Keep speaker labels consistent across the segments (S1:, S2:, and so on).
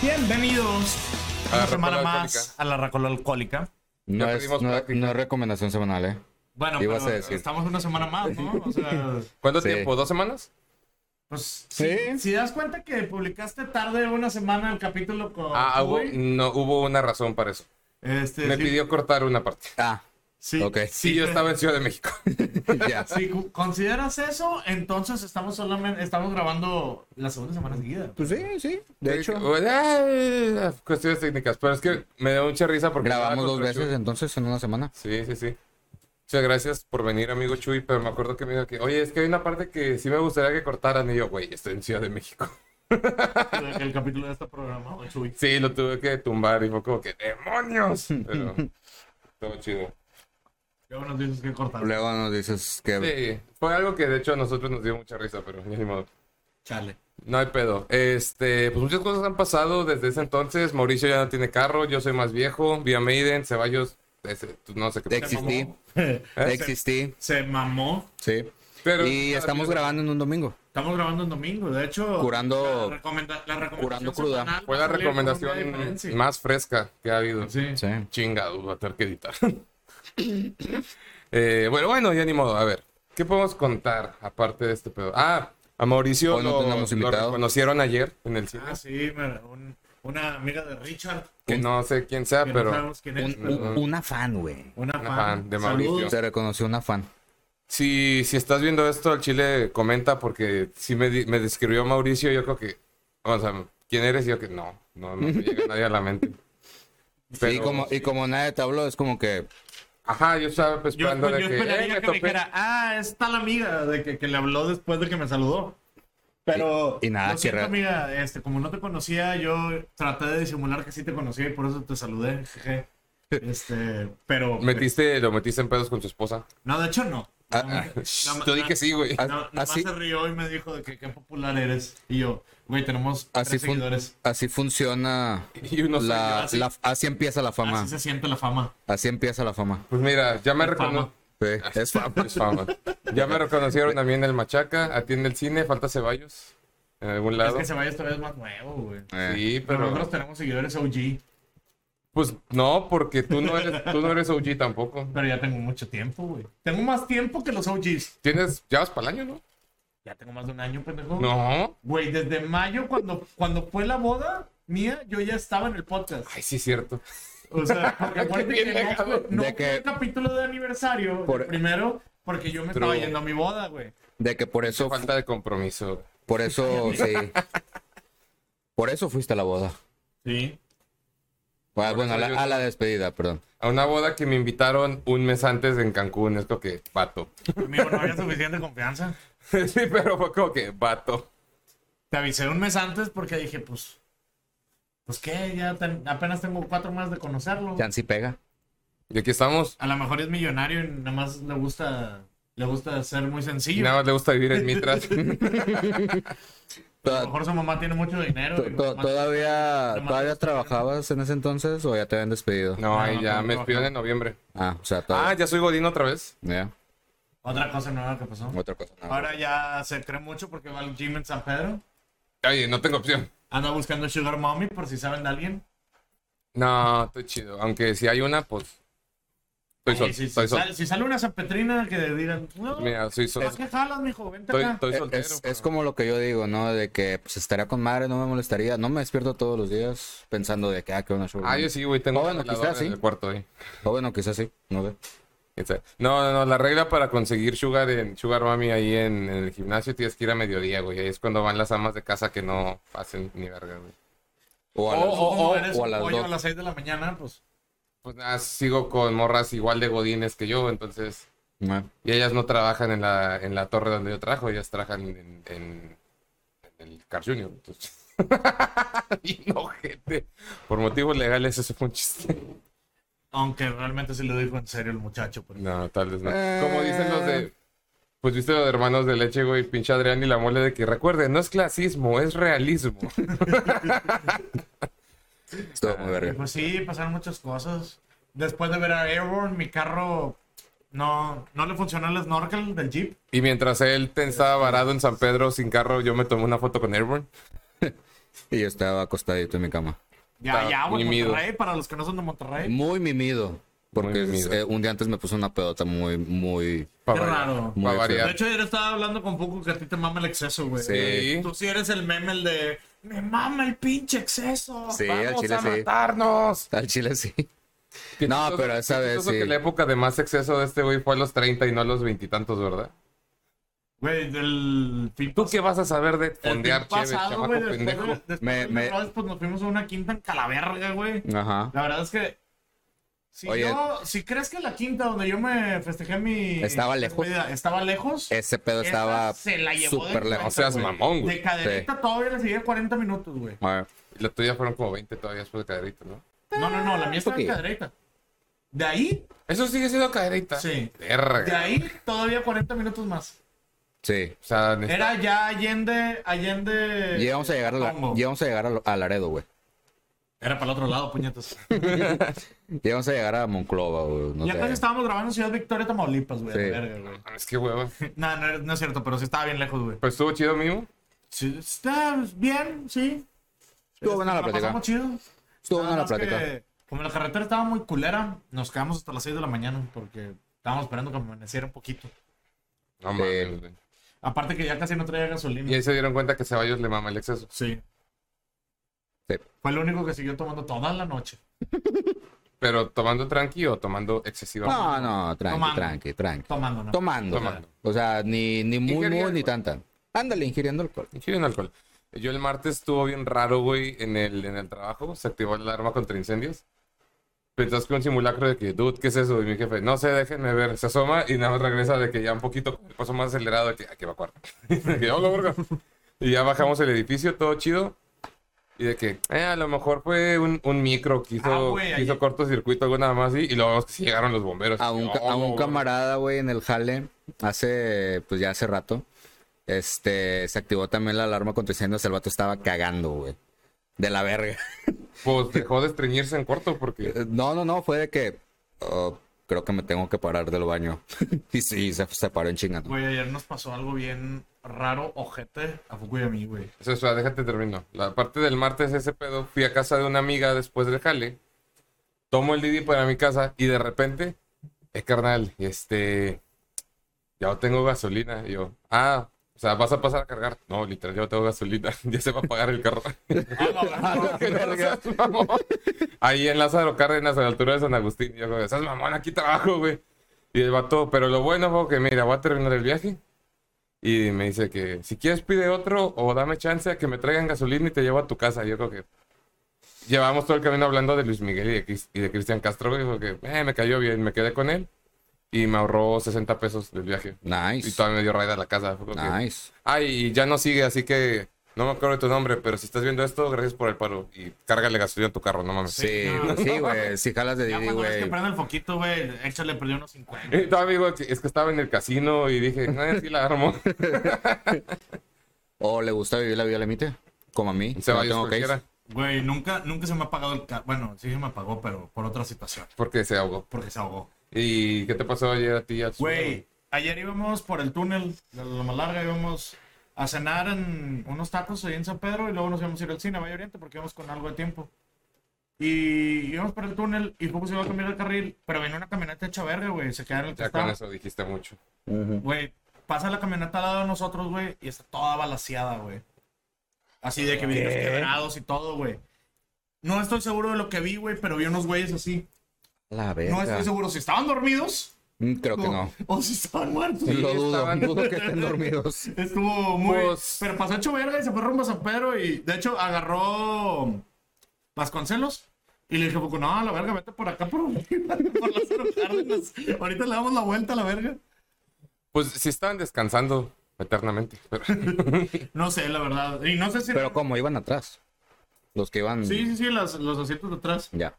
S1: Bienvenidos
S2: A
S1: a
S2: la
S1: una semana
S2: Recola
S1: más
S2: Alcohólica.
S1: a la Racola Alcohólica.
S3: No
S2: Ya
S3: es,
S2: perdimos
S3: no-
S2: práctica.
S3: no es recomendación semanal, ¿eh?
S1: Bueno,
S3: Ibas
S1: pero
S3: a decir.
S1: estamos una semana más, ¿no? O sea,
S2: ¿Cuánto
S3: Sí.
S2: tiempo? ¿Dos semanas?
S1: pues
S3: Sí.
S1: si, si das cuenta que publicaste tarde una semana el capítulo con
S2: Ah, hubo,
S1: Uy,
S2: no, hubo una razón para eso.
S1: este,
S2: Me
S1: sí,
S2: pidió cortar una parte.
S3: Ah,
S1: sí,
S3: ok.
S2: Sí, yo estaba en Ciudad de México.
S3: ya.
S1: Si cu- consideras eso, entonces estamos solamente estamos grabando la segunda semana seguida.
S3: Pues sí, sí. De hecho,
S2: Ah, Cuestiones técnicas, pero es que me dio mucha risa porque...
S3: grabamos dos
S2: estaba con
S3: veces entonces en una semana.
S2: Chuy. Sí, sí, sí. Muchas gracias por venir, amigo Chuy, pero me acuerdo que me dijo que, oye, es que hay una parte que sí me gustaría que cortaran y yo, güey, estoy en Ciudad de México.
S1: El, el capítulo de este programa, o Chuy.
S2: Sí, lo tuve que tumbar y fue como que, ¡demonios! Pero todo chido.
S1: Qué bueno dices que cortar.
S3: Luego nos dices que...
S2: Sí, fue algo que de hecho a nosotros nos dio mucha risa, pero ya ni modo.
S1: Chale.
S2: No hay pedo. Este, pues muchas cosas han pasado desde ese entonces. Mauricio ya no tiene carro, yo soy más viejo. Vía Maiden, Ceballos, ese, tú no sé qué.
S3: De existí,
S2: ¿Eh?
S3: de existí,
S1: Se mamó.
S3: sí.
S2: Pero-
S3: Y estamos grabando en un domingo.
S1: Estamos grabando en domingo, de hecho.
S3: Curando-
S1: la recomenda- la recomendación
S3: curando cruda.
S1: semanal
S2: Fue
S1: va
S2: la
S1: a salir con un día de
S2: recomendación
S1: diferencia.
S2: más fresca que ha habido.
S1: Sí.
S3: Sí.
S2: Chingado, voy a tener que editar. Eh, bueno, bueno, ya ni modo. A ver, ¿qué podemos contar aparte de este pedo? Ah, a Mauricio
S3: Hoy no
S2: lo,
S3: tenemos
S2: lo
S3: invitado.
S2: reconocieron ayer en el cine.
S1: Ah, sí, mira, un- una amiga de Richard.
S2: Que no sé quién sea,
S1: que no
S2: Ah, pero.
S1: sabemos quién es,
S3: Un-
S1: pero
S3: un- una fan, güey.
S1: una fan.
S2: fan de
S1: Saludos.
S2: Mauricio.
S3: Se reconoció una fan.
S2: Si, si estás viendo esto, al chile comenta porque si me, di- me describió Mauricio, yo creo que, o sea, ¿quién eres? Y yo que no, no, no me llega nadie a la mente. Pero-
S3: y, como, y como nadie te habló, es como que...
S2: Ajá, yo estaba pues,
S1: Yo,
S2: esperando
S1: yo
S2: de que, eh,
S1: esperaría
S2: me
S1: que me
S2: topé.
S1: dijera, ah, es tal amiga de que, que le habló después de que me saludó. Pero.
S3: Y- y nada,
S1: lo siento,
S3: que re-
S1: amiga, este, como no te conocía, yo traté de disimular que sí te conocía y por eso te saludé. jeje. Este, pero.
S2: Metiste, lo metiste en pedos con tu esposa.
S1: No, de hecho no.
S3: Ah,
S1: No,
S3: ah,
S1: no, no,
S2: Yo dije sí, güey.
S3: Ah,
S1: No, nomás
S3: así-
S1: se rió y me dijo de que qué popular eres. Y yo, güey, tenemos
S3: Así,
S1: tres
S3: fun-
S1: seguidores.
S3: así funciona...
S2: Y uno soy
S3: la-
S2: yo.
S1: así-
S3: la- así empieza la fama.
S1: Así se siente la fama.
S3: Así empieza la fama.
S2: Pues mira, ya me recono-
S1: fama.
S3: Sí, Eh, es fama.
S2: Es fama. Ya me reconocieron también en el Machaca, a ti en el cine, falta Ceballos, en algún
S1: Es
S2: lado.
S1: que se vaya esta vez más nuevo, güey.
S3: Eh,
S2: Sí,
S1: Pero
S2: pero
S1: nosotros tenemos seguidores OG,
S2: pues no, porque tú no eres, tú no eres OG tampoco.
S1: pero ya tengo mucho tiempo, güey. Tengo más tiempo que los OGs.
S2: Tienes, ya vas para el año, ¿no?
S1: Ya tengo más de un año, pendejo.
S2: No.
S1: Güey, desde mayo, cuando, cuando fue la boda mía, yo ya estaba en el podcast.
S2: Ay, sí, cierto.
S1: O sea, porque
S2: Qué
S1: acuérdate
S2: bien
S1: que no,
S2: negado.
S1: fue- no
S3: De
S1: fue
S3: que-
S1: el capítulo de aniversario,
S3: Por-
S1: el primero, porque yo me
S2: True.
S1: estaba yendo a mi boda, güey.
S3: De que por eso,
S2: Falta de compromiso.
S3: por eso, sí. Por eso fuiste a la boda.
S1: Sí.
S3: Ah,
S2: Por
S3: Bueno, a
S2: eso yo-
S3: la, a la despedida, perdón.
S2: A una boda que me invitaron un mes antes en Cancún, es como que vato.
S1: Amigo, no había suficiente confianza.
S2: sí, pero fue como que vato.
S1: Te avisé un mes antes porque dije, pues, pues qué, ya ten- apenas tengo cuatro más de conocerlo.
S3: Chansi pega.
S2: Y aquí estamos.
S1: A lo mejor es millonario y nada más le gusta, le gusta ser muy
S2: Y
S1: sencillo.
S2: nada más le gusta vivir en Mitras.
S1: A lo
S3: Toda-
S1: mejor su mamá tiene mucho dinero.
S3: to-
S1: y
S3: to-
S1: mamá-
S3: todavía,
S1: nomás-
S3: todavía trabajabas en ese entonces o ya te habían despedido.
S2: No, ahí
S1: no,
S2: ya
S1: no,
S2: me
S1: no,
S2: despidieron
S1: no.
S2: en noviembre.
S3: Ah, o sea,
S2: Ah,
S3: todavía.
S2: ya soy Godín otra vez.
S3: Ya,
S1: Otra cosa nueva que pasó.
S3: Otra cosa. no.
S1: Ahora ya se cree mucho porque va al gym en San Pedro.
S2: Oye, no tengo opción.
S1: Anda buscando Sugar Mommy por si saben de alguien.
S2: No, estoy chido. Aunque si hay una, pues. Estoy sol.
S1: Ay, si,
S2: estoy
S1: si
S2: sol.
S1: sal- si sale una zampetrina que digan, no,
S3: Pues
S2: Mira, soy sol.
S1: ¿para qué jalas, mijo? Vente
S2: Estoy,
S1: acá.
S2: estoy
S3: Es-
S2: soltero.
S3: Eh, es,
S2: pero-
S3: es como lo que yo digo, ¿no? De que pues estaría con madre, no me molestaría. No me despierto todos los días pensando de que, ah, que una show.
S2: Ah, yo sí, güey. Tengo
S3: Oh,
S2: un
S3: bueno,
S2: velador
S3: quizás
S2: en
S3: sí.
S2: el cuarto ahí.
S3: O bueno, quizás sí, no sé.
S2: Esa- No, no, no, la regla para conseguir Sugar en Sugar Mami ahí en, en el gimnasio tienes que ir a mediodía, güey. Ahí es cuando van las amas de casa que no hacen ni verga, güey.
S3: O a
S1: O,
S2: Oh,
S3: las-
S1: o- o eres
S3: o a
S1: un
S3: las
S1: pollo
S3: dos.
S1: a las 6 de la mañana, pues.
S2: Pues nada, sigo con morras igual de godines que yo, entonces.
S3: Ah,
S2: Y ellas no trabajan en la, en la torre donde yo trabajo, ellas trabajan en, en, en el Car Junior. Entonces... Bien ojete. Por motivos legales, eso fue un chiste.
S1: Aunque realmente se lo dijo en serio el muchacho. Pero...
S2: No, tal vez no. Como dicen los de.
S1: Ah.
S2: Pues viste los de hermanos de leche, güey, pinche Adrián y la mole de que recuerden, no es clasismo, es realismo.
S3: estuvo muy
S1: Y
S3: verga.
S2: Ah.
S1: pues sí, pasaron muchas cosas. Después de ver a Airborne, mi carro no, no le funcionó el snorkel del Jeep.
S2: Y mientras él te estaba varado en San Pedro sin carro, yo me tomé una foto con Airborne.
S3: Y yo estaba acostadito en mi cama.
S1: Ya,
S2: Está
S1: ya, güey,
S2: mimido.
S1: Monterrey, para los que no son de Monterrey.
S3: Muy mimido. Porque
S2: Muy mimido.
S3: eh, un día antes me puso una pedota muy, muy.
S2: Pa'
S1: Qué
S2: variar,
S1: raro.
S2: pa'
S3: Muy
S1: De
S2: variar.
S1: hecho, ayer estaba hablando con Poco que a ti te mama el exceso, güey.
S2: Sí.
S1: Tú sí eres el meme, el de... Me mama el pinche exceso.
S3: Sí, al
S2: Vamos
S3: chile
S2: a
S3: sí.
S2: matarnos.
S3: Al chile sí.
S2: Qué
S3: No,
S2: chistoso-
S3: pero esa
S2: qué
S3: vez
S2: chistoso
S3: sí.
S2: que la época de más exceso de este güey fue a los 30 y no a los veintitantos, ¿verdad?
S1: Güey, del... fin
S2: ¿Tú qué vas a saber de
S1: El fin
S2: fondear, chévere, chamaco
S1: pasado, güey, después,
S2: pendejo?
S1: de, después
S3: Me-
S1: de
S3: me-
S1: la vez, pues nos fuimos a una quinta en Calaverga, güey.
S3: Ajá.
S1: La verdad es que. Si,
S3: Oye.
S1: yo- si crees que la quinta donde yo me festejé mi.
S3: Estaba lejos.
S1: despedida Estaba lejos.
S3: Ese pedo
S1: esa
S3: estaba
S1: se la llevó de
S3: súper
S1: encuentro,
S2: O
S3: lejos.
S2: seas
S1: güey.
S2: mamón, güey.
S1: De caderita todavía le seguía 40 minutos, güey.
S3: Bueno,
S2: La tuya fueron como 20 todavía después de caderita, ¿no?
S1: No, no, no, la mía estaba en
S3: poquillo.
S1: caderita. De ahí,
S2: Eso sigue siendo caderita.
S1: Sí.
S2: Verga.
S1: de ahí todavía 40 minutos más.
S3: Sí.
S2: O sea, neta,
S1: Era ya Allende. Allende.
S3: Llegamos a llegar a, la-
S1: Tongo.
S3: llegamos a, llegar a, lo- a Laredo, güey.
S1: Era para el otro lado, puñetas.
S3: Llegamos a llegar a Monclova, güey. No
S1: ya casi
S3: sé.
S1: estábamos grabando en Ciudad Victoria, Tamaulipas, güey.
S3: Sí.
S1: de verga, güey.
S2: es que hueva.
S1: No, no, no es cierto, pero sí estaba bien lejos, güey.
S2: Pero Pues estuvo chido mismo.
S1: Sí, está bien, sí.
S3: Estuvo buena la plática.
S1: pasamos chido.
S3: Estuvo
S1: Nada
S3: buena la
S1: más que,
S3: plática.
S1: como la carretera estaba muy culera, nos quedamos hasta las 6 de la mañana porque estábamos esperando que amaneciera un poquito.
S2: No
S3: Sí.
S2: mames, güey.
S1: Aparte que ya casi no traía gasolina.
S2: Y ahí se dieron cuenta que Ceballos le mama el exceso.
S1: Sí.
S3: Sí.
S1: Fue el único que siguió tomando toda la noche.
S2: Pero tomando tranqui o tomando excesivamente.
S3: No, no, tranqui,
S1: Tomando.
S3: tranqui, tranqui.
S1: Tomando, ¿no?
S3: Tomando.
S2: Tomando.
S3: O sea, ni, ni muy,
S2: Ingiriendo
S3: muy, ni
S2: alcohol.
S3: tanta. Ándale, ingiriendo alcohol.
S2: Ingieren alcohol. Yo el martes estuvo bien raro, güey, en el, en el trabajo. Se activó el alarma contra incendios. Pensaste que un simulacro de que, dude, ¿qué es eso? Y mi jefe, no sé, déjenme ver. Se asoma y nada más regresa de que ya un poquito, con el paso más acelerado, de que aquí va a cuarto. y ya bajamos el edificio, todo chido. Y de que, eh, a lo mejor fue un, un micro que hizo,
S1: Ah, güey,
S2: que hizo
S1: ahí-
S2: cortocircuito, algo nada más. Y, y luego vemos que sí llegaron los bomberos.
S3: a un, ca-
S2: Oh,
S3: a un
S2: güey.
S3: camarada, güey, en el jale, hace, pues ya hace rato, este, se activó también la alarma contra incendios, el vato estaba cagando, güey. De la verga.
S2: Pues dejó de estreñirse en corto porque.
S3: No, no, no, fue de que, "Oh, creo que me tengo que parar del baño. y sí, se, se paró en chingando.
S1: Güey, ayer nos pasó algo bien raro, ojete, a Fuku y a mí, güey.
S2: Eso, eso, déjate termino. La parte del martes, ese pedo, fui a casa de una amiga después del jale. Tomo el Didi para mi casa y de repente, eh, carnal, este. Ya no tengo gasolina. Y yo, ah, o sea, vas a pasar a cargar. No, literal, ya no tengo gasolina. ya se va a pagar el carro. Que Ah, no seas mamón. Ahí en Lázaro Cárdenas, a la altura de San Agustín. Yo, como, seas mamón, aquí trabajo, güey. Y el vato, pero lo bueno fue que, mira, voy a terminar el viaje. Y me dice que, si quieres pide otro o dame chance a que me traigan gasolina y te llevo a tu casa. Yo creo que llevamos todo el camino hablando de Luis Miguel y de, Cris- y de Cristian Castro. güey, porque eh, me cayó bien, me quedé con él. Y me ahorró 60 pesos del viaje. Y
S3: Nice.
S2: todavía me dio raida a la casa. Fue como que,
S3: Nice.
S2: Ay, y ya no sigue, así que no me acuerdo de tu nombre, pero si estás viendo esto, gracias por el paro. Y cárgale gasolina a tu carro, no mames.
S3: Sí,
S1: no.
S3: pues sí, güey. Si jalas de
S1: Ya
S3: Didi,
S1: cuando ves que
S3: güey.
S1: prende el foquito, güey, échale, perdió unos 50.
S2: Y tu amigo, es que estaba en el casino y dije, no, sí la armo.
S3: O le gusta vivir la vida límite, como a mí.
S2: Se
S3: no
S2: va
S3: tengo case.
S2: cualquiera,
S1: Güey, nunca, nunca se me ha apagado el ca- Bueno, sí se me apagó, pero por otra situación.
S2: porque se ahogó.
S1: Porque se ahogó.
S2: ¿Y qué te pasó ayer a ti? a tu-
S1: Güey, ayer íbamos por el túnel de la Loma Larga, íbamos a cenar en unos tacos ahí en San Pedro y luego nos íbamos a ir al cine a Valle Oriente porque íbamos con algo de tiempo. Y íbamos por el túnel y poco se iba a cambiar el carril, pero venía una camioneta hecha verga, güey, se queda en el
S2: Ya con
S1: costado.
S2: eso dijiste mucho.
S1: Güey, pasa la camioneta al lado de nosotros, güey, y está toda balaseada, güey. Así de que vidrios quebrados y todo, güey. No estoy seguro de lo que vi, güey, pero vi unos güeyes así.
S3: La
S1: No estoy
S3: verga.
S1: seguro si estaban dormidos
S3: Mm, Creo que
S1: o-
S3: no.
S1: o si estaban muertos.
S2: Sí,
S3: Lo dudo,
S2: estaban-
S3: dudo que estén dormidos.
S1: Estuvo muy.
S2: Pues-
S1: Pero pasó hecho verga y se fue rumbo a San Pedro. Y de hecho agarró Vasconcelos. Y le dije, Fuku, no, a la verga, vete por acá, por, por las Cárdenas. Ahorita le damos la vuelta a la verga.
S2: Pues sí estaban descansando eternamente. Pero...
S1: No sé, la verdad. Y no sé si.
S3: Pero como iban atrás. Los que iban.
S1: Sí, sí, sí, las- los asientos de atrás.
S3: Ya.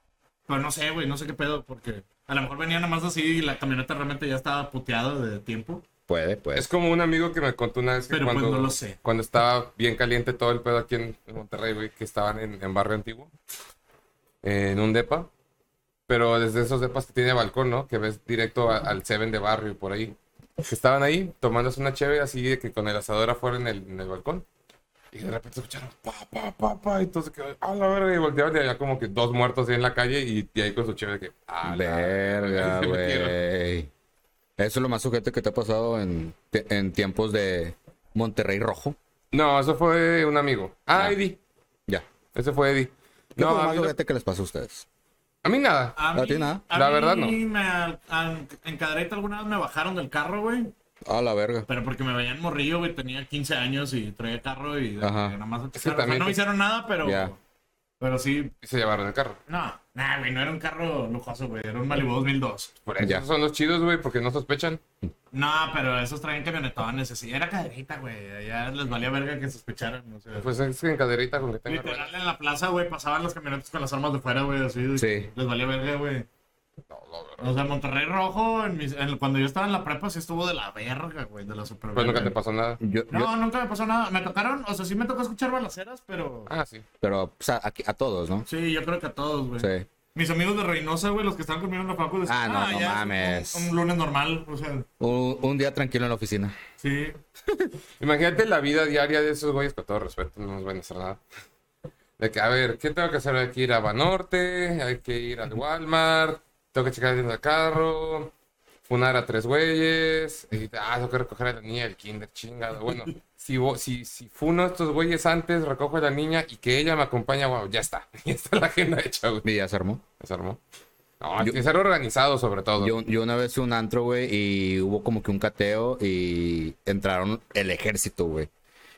S1: Pero no sé, güey, no sé qué pedo, porque a lo mejor venía nada más así y la camioneta realmente ya estaba puteada de tiempo.
S3: Puede, puede.
S2: Es como un amigo que me contó una vez que
S1: Pero, pues,
S2: cuando,
S1: no lo sé.
S2: cuando estaba bien caliente todo el pedo aquí en Monterrey, güey, que estaban en, en barrio antiguo, eh, en un depa, pero desde esos depas que tiene balcón, ¿no? Que ves directo a- al Seven de barrio y por ahí. Que estaban ahí tomándose una chévere así de que con el asador afuera en el, en el balcón. Y de repente escucharon pa, pa, pa, pa. Y entonces quedó, a la verga. Y voltearon y había como que dos muertos ahí en la calle. Y, y ahí con su chévere que, a la
S3: Verga,
S2: verga", y se metieron.
S3: güey. Eso es lo más sujeto que te ha pasado en, te- en tiempos de Monterrey Rojo.
S2: No, eso fue un amigo. Ah, Eddie.
S3: Ya.
S2: Ese fue Eddie.
S3: ¿Qué
S2: No, a
S3: fue lo más
S2: mí, no-
S3: sujete que les pasó a ustedes?
S2: a mí nada.
S1: A
S3: ¿A ti nada?
S1: a
S2: La
S1: mí
S2: verdad, no.
S1: Me, al- al- en Cadereyta alguna vez me bajaron del carro, güey.
S3: A la verga.
S1: Pero porque me veían morrillo, güey. Tenía 15 años y traía carro y
S3: Ajá.
S1: nada más.
S2: que también
S1: no
S2: te-
S1: hicieron nada, pero.
S3: Ya.
S1: Pero sí.
S2: Y se llevaron el carro.
S1: No, nada, güey. No era un carro lujoso, güey. Era un Malibu 2002.
S2: Por eso
S3: Ya.
S2: esos son los chidos, güey, porque no sospechan.
S1: No, pero esos traían camionetones. Así. Era caderita, güey. Allá les valía verga que sospecharan. O sea,
S2: Pues es que en caderita con que tenga ruedas.
S1: literal en la plaza, güey. Pasaban los camionetas con las armas de fuera, güey. Así. de-
S3: Sí.
S1: Les valía verga, güey.
S2: No, no, no.
S1: O sea, Monterrey Rojo, en mis- en- cuando yo estaba en la prepa, sí estuvo de la verga, güey, de la super
S2: Pues nunca te pasó nada.
S3: Yo-
S1: No,
S3: yo-
S1: nunca me pasó nada. Me tocaron, o sea, sí me tocó escuchar balaceras, pero.
S2: Ah, sí.
S3: pero pues, a, aquí- a todos, ¿no?
S1: Sí, yo creo que a todos, güey.
S3: Sí.
S1: Mis amigos de Reynosa, güey, los que están conmigo en la facu, decían,
S3: Ah, no, no
S1: ya, es un-
S3: mames.
S1: Un, lunes normal, o sea,
S3: Un, un día tranquilo en la oficina.
S1: sí.
S2: Imagínate la vida diaria de esos güeyes, con todo respeto, no nos van a hacer nada. De que, a ver, ¿qué tengo que hacer? Hay que ir a Banorte, hay que ir al Walmart, tengo que checar el del carro, funar a tres güeyes, y, ah, tengo que recoger a la niña del kinder, chingado. Bueno, si, vo- si, si funo a estos güeyes antes, recojo a la niña y que ella me acompaña, wow, ya está. Ya está la agenda hecha, güey.
S3: Y ya se armó.
S2: ¿Se armó? No, hay que ser organizado sobre todo.
S3: Yo, yo una vez fui a un antro, güey, y hubo como que un cateo y entraron el ejército, güey.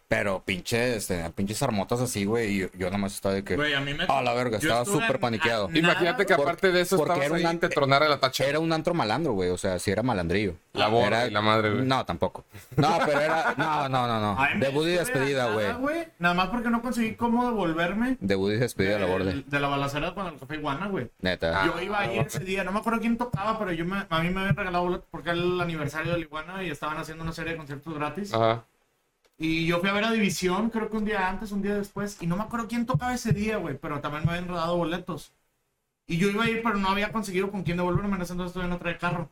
S3: Pero pinches, eh, pinches armotas así, güey, y yo, yo nomás estaba de que...
S1: Güey, a mí me.
S3: A la verga,
S1: Yo
S3: estaba
S1: estuve
S3: súper
S1: en-
S3: paniqueado.
S1: a-
S2: Imagínate que
S1: nada,
S2: aparte de eso
S3: porque
S2: estabas
S3: era un
S2: ahí y
S3: ante-
S2: te tronara la tacha.
S3: Era un antro malandro, güey, o sea, sí era malandrillo.
S2: La borra
S3: Era-
S2: y la madre, güey.
S3: No, tampoco. No, pero era... No, no, no,
S1: a mí
S3: no.
S1: me
S3: Debut y
S1: estuve
S3: despedida,
S1: a
S3: güey.
S1: nada, Nada más porque no conseguí cómo devolverme.
S3: Debut y despedida a la
S1: del-
S3: borde. Ah,
S1: De la balacera con el café Iguana, güey.
S3: Neta.
S2: Ah.
S1: Yo iba ahí ese día, no me acuerdo quién tocaba, pero yo me- a mí me habían regalado boletos porque era el aniversario del Iguana y estaban haciendo una serie de conciertos gratis.
S2: Ajá.
S1: Y yo fui a ver a División, creo que un día antes, un día después, y no me acuerdo quién tocaba ese día, güey, pero también me habían dado boletos. Y yo iba a ir, pero no había conseguido con quién devolverme, en ese entonces todavía no traía carro.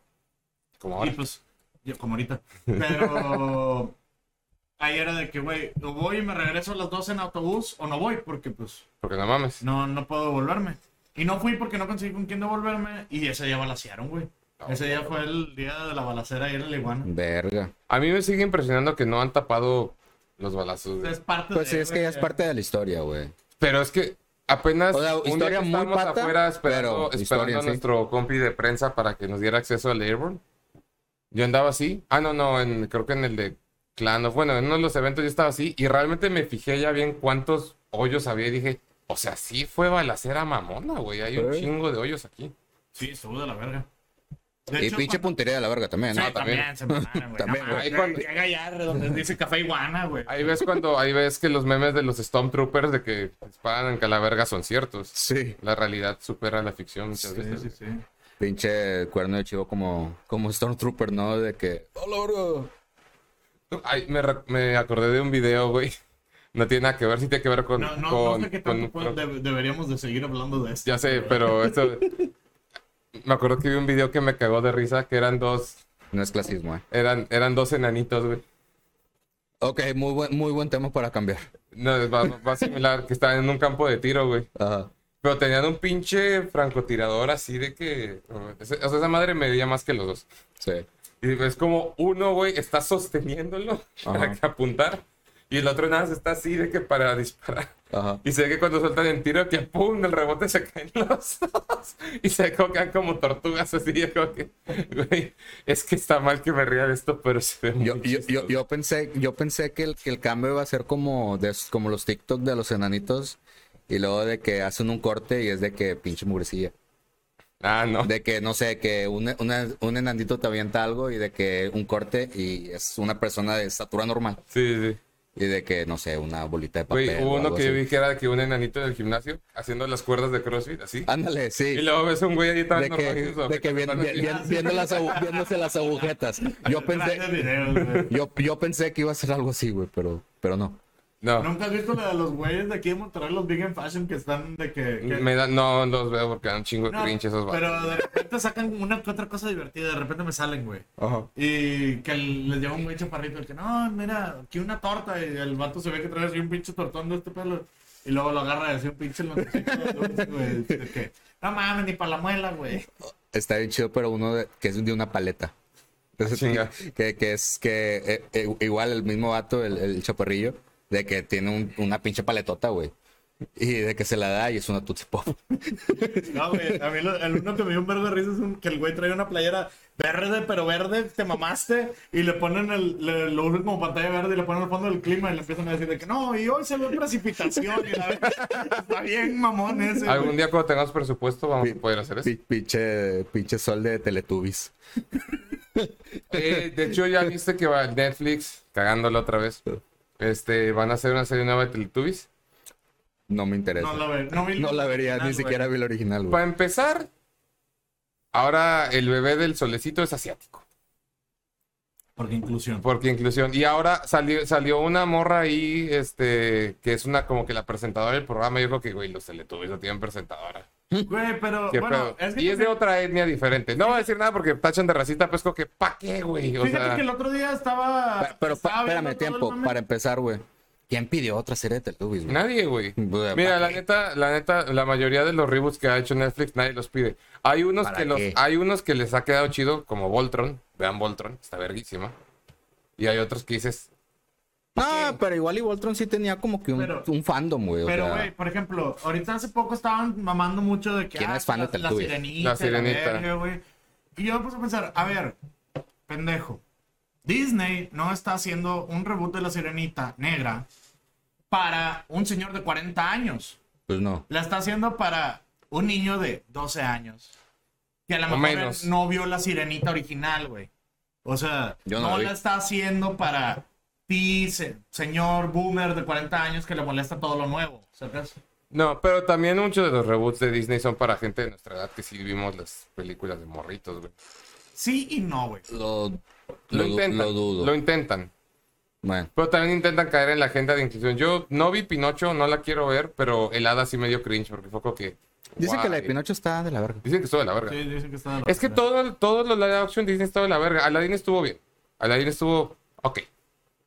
S2: Como ahora.
S1: Y pues, yo como ahorita. Pero ahí era de que, güey, o voy y me regreso a las 12 en autobús, o no voy, porque pues
S2: Porque no mames.
S1: no, no puedo devolverme. Y no fui porque no conseguí con quién devolverme, y ese día balacearon, güey. Ese día fue el día de la balacera y era el iguana.
S3: Verga.
S2: A mí me sigue impresionando que no han tapado los balazos. güey.
S1: Es parte
S3: Pues
S1: de,
S3: sí, es que
S1: güey,
S3: ya es parte de la historia, güey.
S2: Pero es que apenas
S3: O sea,
S2: un día
S3: historia
S2: que
S3: muy
S2: estábamos
S3: pata,
S2: afuera esperando,
S3: pero historia
S2: esperando
S3: en
S2: a
S3: sí.
S2: nuestro compi de prensa para que nos diera acceso al Airborne. Yo andaba así. Ah, no, no, en, creo que en el de Clan of- Bueno, en uno de los eventos yo estaba así y realmente me fijé ya bien cuántos hoyos había y dije, o sea, sí fue balacera mamona, güey. Hay un
S3: Sí.
S2: chingo de hoyos aquí.
S1: Sí, estuvo de la verga. De
S3: Y
S1: hecho,
S3: pinche
S1: cuando-
S3: puntería de la verga también,
S1: Sí,
S3: ¿no?
S1: también. se mamaron, güey.
S3: También,
S1: No
S2: güey.
S1: mames,
S2: Cuando-
S1: que haga ya donde dice café iguana, güey.
S2: Ahí ves cuando, ahí ves que los memes de los Stormtroopers de que disparan en calaverga son ciertos.
S3: Sí.
S2: La realidad supera la ficción muchas veces.
S1: sí.
S3: Pinche cuerno de chivo como, como Stormtrooper, ¿no? De que... ¡A la verga!
S2: Ay, me, re- me acordé de un video, güey. No tiene nada que ver, sí tiene que ver con...
S1: No, no,
S2: con-
S1: no sé qué
S2: con-
S1: tanto puedo- de- deberíamos de seguir hablando de esto.
S2: Ya sé, pero esto... me acuerdo que vi un video que me cagó de risa, que eran dos...
S3: No es clasismo, ¿eh?
S2: Eran, eran dos enanitos, güey.
S3: Ok, muy buen, muy buen tema para cambiar.
S2: No, va, va similar, que estaban en un campo de tiro, güey.
S3: Ajá.
S2: Pero tenían un pinche francotirador así de que... O sea, esa madre medía más que los dos.
S3: Sí.
S2: Y es como uno, güey, está sosteniéndolo para
S3: Ajá.
S2: que apuntar. Y el otro nada más está así de que para disparar.
S3: Ajá.
S2: Y se ve que cuando sueltan el tiro, que pum, el rebote se caen los dos. Y se cocan como tortugas así. Yo como que, güey, es que está mal que me ría de esto, pero se ve muy
S3: Yo, yo, yo,
S2: chistoso.
S3: yo pensé, yo pensé que, el, que el cambio iba a ser como, de, como los TikTok de los enanitos y luego de que hacen un corte y es de que pinche mugrecilla.
S2: Ah, no.
S3: De que, no sé, que un, una- un enanito te avienta algo y de que un corte y es una persona de estatura normal.
S2: Sí, sí.
S3: Y de que, no sé, una bolita de papel.
S2: Güey,
S3: o
S2: hubo uno
S3: algo
S2: que yo
S3: así.
S2: vi que era que un enanito en el gimnasio haciendo las cuerdas de CrossFit, así.
S3: Ándale, Ah, sí.
S2: Y luego ves un güey ahí tan
S3: de que,
S2: normal. sus
S3: de que
S2: ojetes
S3: vien-
S2: están
S3: vien-
S2: así.
S3: vien- viendo las agu- viéndose las agujetas. Yo
S1: Grandes
S3: pensé,
S1: videos, güey.
S3: yo, yo pensé que iba a ser algo así, güey, pero, pero no.
S2: No.
S1: ¿Nunca has visto la de los güeyes de aquí de Monterrey, los Big and Fashion, que están de que... que-
S2: Me da- no los veo porque dan chingo de
S1: No,
S2: cringe esos vatos.
S1: pero de repente te sacan una que otra cosa divertida, de repente me salen, güey.
S2: Ajá.
S1: Y que el- les lleva un güey chaparrito, el que no, mira, aquí una torta. Y el vato se ve que trae así un pinche tortón de este pelo. Y luego lo agarra y así un pinche lonchecito, güey. de que, No mames, ni para la muela, güey.
S3: Está bien chido, pero uno de- que es de una paleta. Entonces,
S2: chinga.
S3: que, que es que eh, eh, igual el mismo vato, el, el chaparrillo, de que tiene un- una pinche paletota, güey. Y de que se la da y es una Tootsie Pop.
S1: No, güey. A mí lo- el uno que me dio un vergo de risa es un- que el güey trae una playera verde, pero verde, te mamaste. Y le ponen el, le- lo usan como pantalla verde y le ponen al fondo del clima y le empiezan a decir de que no, y hoy se ve precipitación. Y la verga. Está bien, mamón ese. güey.
S2: Algún día cuando tengamos presupuesto vamos a poder hacer eso.
S3: Pi- pinche, pinche sol de Teletubbies.
S2: Eh, de hecho, ya viste que va Netflix, cagándola otra vez. Este, van a hacer una serie nueva de Teletubbies.
S3: No me interesa.
S1: No la,
S3: No la,
S1: ve- no vi-
S3: vería, ni
S1: güey.
S3: siquiera vi el original, güey.
S2: Para empezar, ahora el bebé del solecito es asiático.
S1: Porque inclusión.
S2: Porque inclusión. Y ahora salió, salió una morra ahí, este, que es una como que la presentadora del programa. Yo creo que, güey, los Teletubbies no tienen presentadora.
S1: Güey, pero
S2: ¿Qué
S1: bueno,
S2: pedo?
S1: es que
S2: y es de
S1: también-
S2: otra etnia diferente. No voy a decir nada porque tachan de racista, pues como que, ¿pa' qué, güey? O
S1: fíjate
S2: sea,
S1: que el otro día estaba.
S3: Pa- Pero pa-
S1: estaba viendo todo
S3: espérame
S1: el
S3: tiempo,
S1: mame.
S3: para empezar, güey. ¿Quién pidió otra serie de Teletubbies, güey?
S2: nadie, güey.
S3: Buda,
S2: Mira,
S3: ¿pa'
S2: la
S3: qué?
S2: neta, la neta, la mayoría de los reboots que ha hecho Netflix, nadie los pide. Hay unos
S3: ¿Para
S2: que los,
S3: qué?
S2: hay unos que les ha quedado chido, como Voltron. Vean Voltron, está verguísima. Y hay otros que dices,
S3: No, pero igual y Voltron sí tenía como que un,
S1: Pero-
S3: un fandom, güey. o
S1: Pero,
S3: sea,
S1: güey, por ejemplo, ahorita hace poco estaban mamando mucho de que.
S3: ¿Quién
S1: ah,
S3: es fan de
S1: la- la,
S3: Teletubbies?
S1: sirenita.
S2: La Sirenita.
S1: verga, güey. Y yo me puse a pensar, a ver, pendejo. Disney no está haciendo un reboot de la sirenita negra para un señor de 40 años.
S3: pues no.
S1: La está haciendo para un niño de 12 años. Que a lo
S2: O
S1: mejor
S2: menos.
S1: no vio la sirenita original, güey. O sea,
S3: Yo no
S1: no,
S3: la vi.
S1: la está haciendo para ti, se- señor boomer de 40 años que le molesta todo lo nuevo. ¿Sacas?
S2: No, pero también muchos de los reboots de Disney son para gente de nuestra edad que sí vimos las películas de morritos, güey.
S1: Sí y no, güey.
S3: Lo,
S2: Lo,
S3: lo du-
S2: intentan.
S3: lo dudo.
S2: Lo intentan.
S3: Bueno,
S2: Pero también intentan caer en la agenda de inclusión. Yo no vi Pinocho, no la quiero ver, pero el hada sí me dio cringe porque fue como que.
S3: dicen que la de
S2: guay.
S3: Pinocho está de la verga.
S2: Dicen que estuvo de la verga.
S1: Sí, dicen que está de la
S2: Es que
S1: verga.
S2: todo, todos los live action Disney estaba de la verga. Aladdin estuvo bien. Aladdin estuvo. Ok.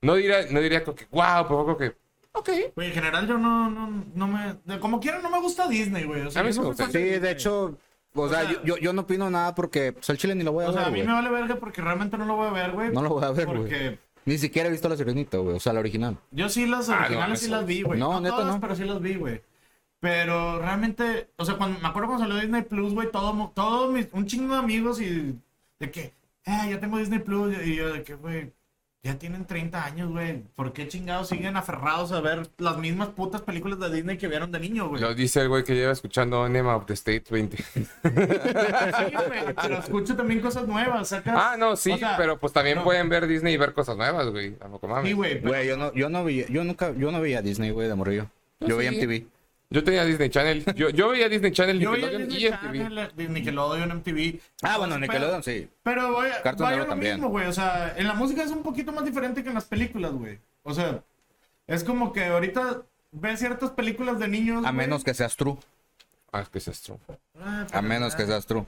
S2: No diría, no diría como que, wow, pero fue como que. Ok.
S1: Güey, en general yo no, no, no me... de- como quiera no me gusta Disney, güey. O sea,
S2: A mí
S1: yo
S2: sí
S1: no
S2: me
S1: soy
S2: gusta.
S1: fan
S3: Sí, de hecho, o, sea,
S1: sea-
S3: yo, yo, yo no opino nada porque pues, al chile ni lo voy a
S1: O sea, a
S3: ver,
S1: mí
S3: güey.
S1: me vale verga porque realmente no lo voy a ver, güey.
S3: No lo voy a ver, güey.
S1: Porque
S3: Ni siquiera he visto la sirenita, güey. O sea, la original.
S1: Yo sí las
S2: Ah,
S1: originales
S2: no,
S1: sí
S2: eso-
S1: las vi, güey.
S3: No,
S1: No,
S3: neta,
S1: todas,
S3: no.
S1: pero sí las vi, güey. Pero realmente, o sea, cuando me acuerdo cuando salió Disney Plus, güey, todo, mu- todo mis, un chingo de amigos y de que, eh, ya tengo Disney Plus. Y yo de que, güey, ya tienen 30 años, güey. ¿Por qué chingados siguen aferrados a ver las mismas putas películas de Disney que vieron de niño, güey?
S2: Lo dice el güey que lleva escuchando Enema of the State 20.
S1: Sí, güey, pero escucho también cosas nuevas, sacas.
S2: Ah, no, sí,
S1: O sea,
S2: pero pues también
S1: no.
S2: pueden ver Disney y ver cosas nuevas, güey. Tampoco mames.
S1: Sí, güey, pero-
S3: Güey, yo no, yo no veía, yo nunca, yo no veía Disney, güey, de morrillo. Yo
S2: Yo
S3: veía
S2: sí.
S3: MTV.
S2: Yo tenía Disney Channel. Yo, yo veía Disney Channel,
S1: Yo veía
S2: Nickelodeon
S1: Disney
S2: y MTV.
S1: Channel, eh, Nickelodeon, MTV.
S3: Ah, bueno,
S1: Pero-
S3: Nickelodeon, sí.
S1: Pero voy a,
S3: Cartoon
S1: vaya
S3: Network
S1: lo
S3: también.
S1: mismo, güey. O sea, en la música es un poquito más diferente que en las películas, güey. O sea, es como que ahorita ves ciertas películas de niños. Ah,
S3: A menos que seas true.
S2: Ah, es que es esto.
S3: A menos que seas true.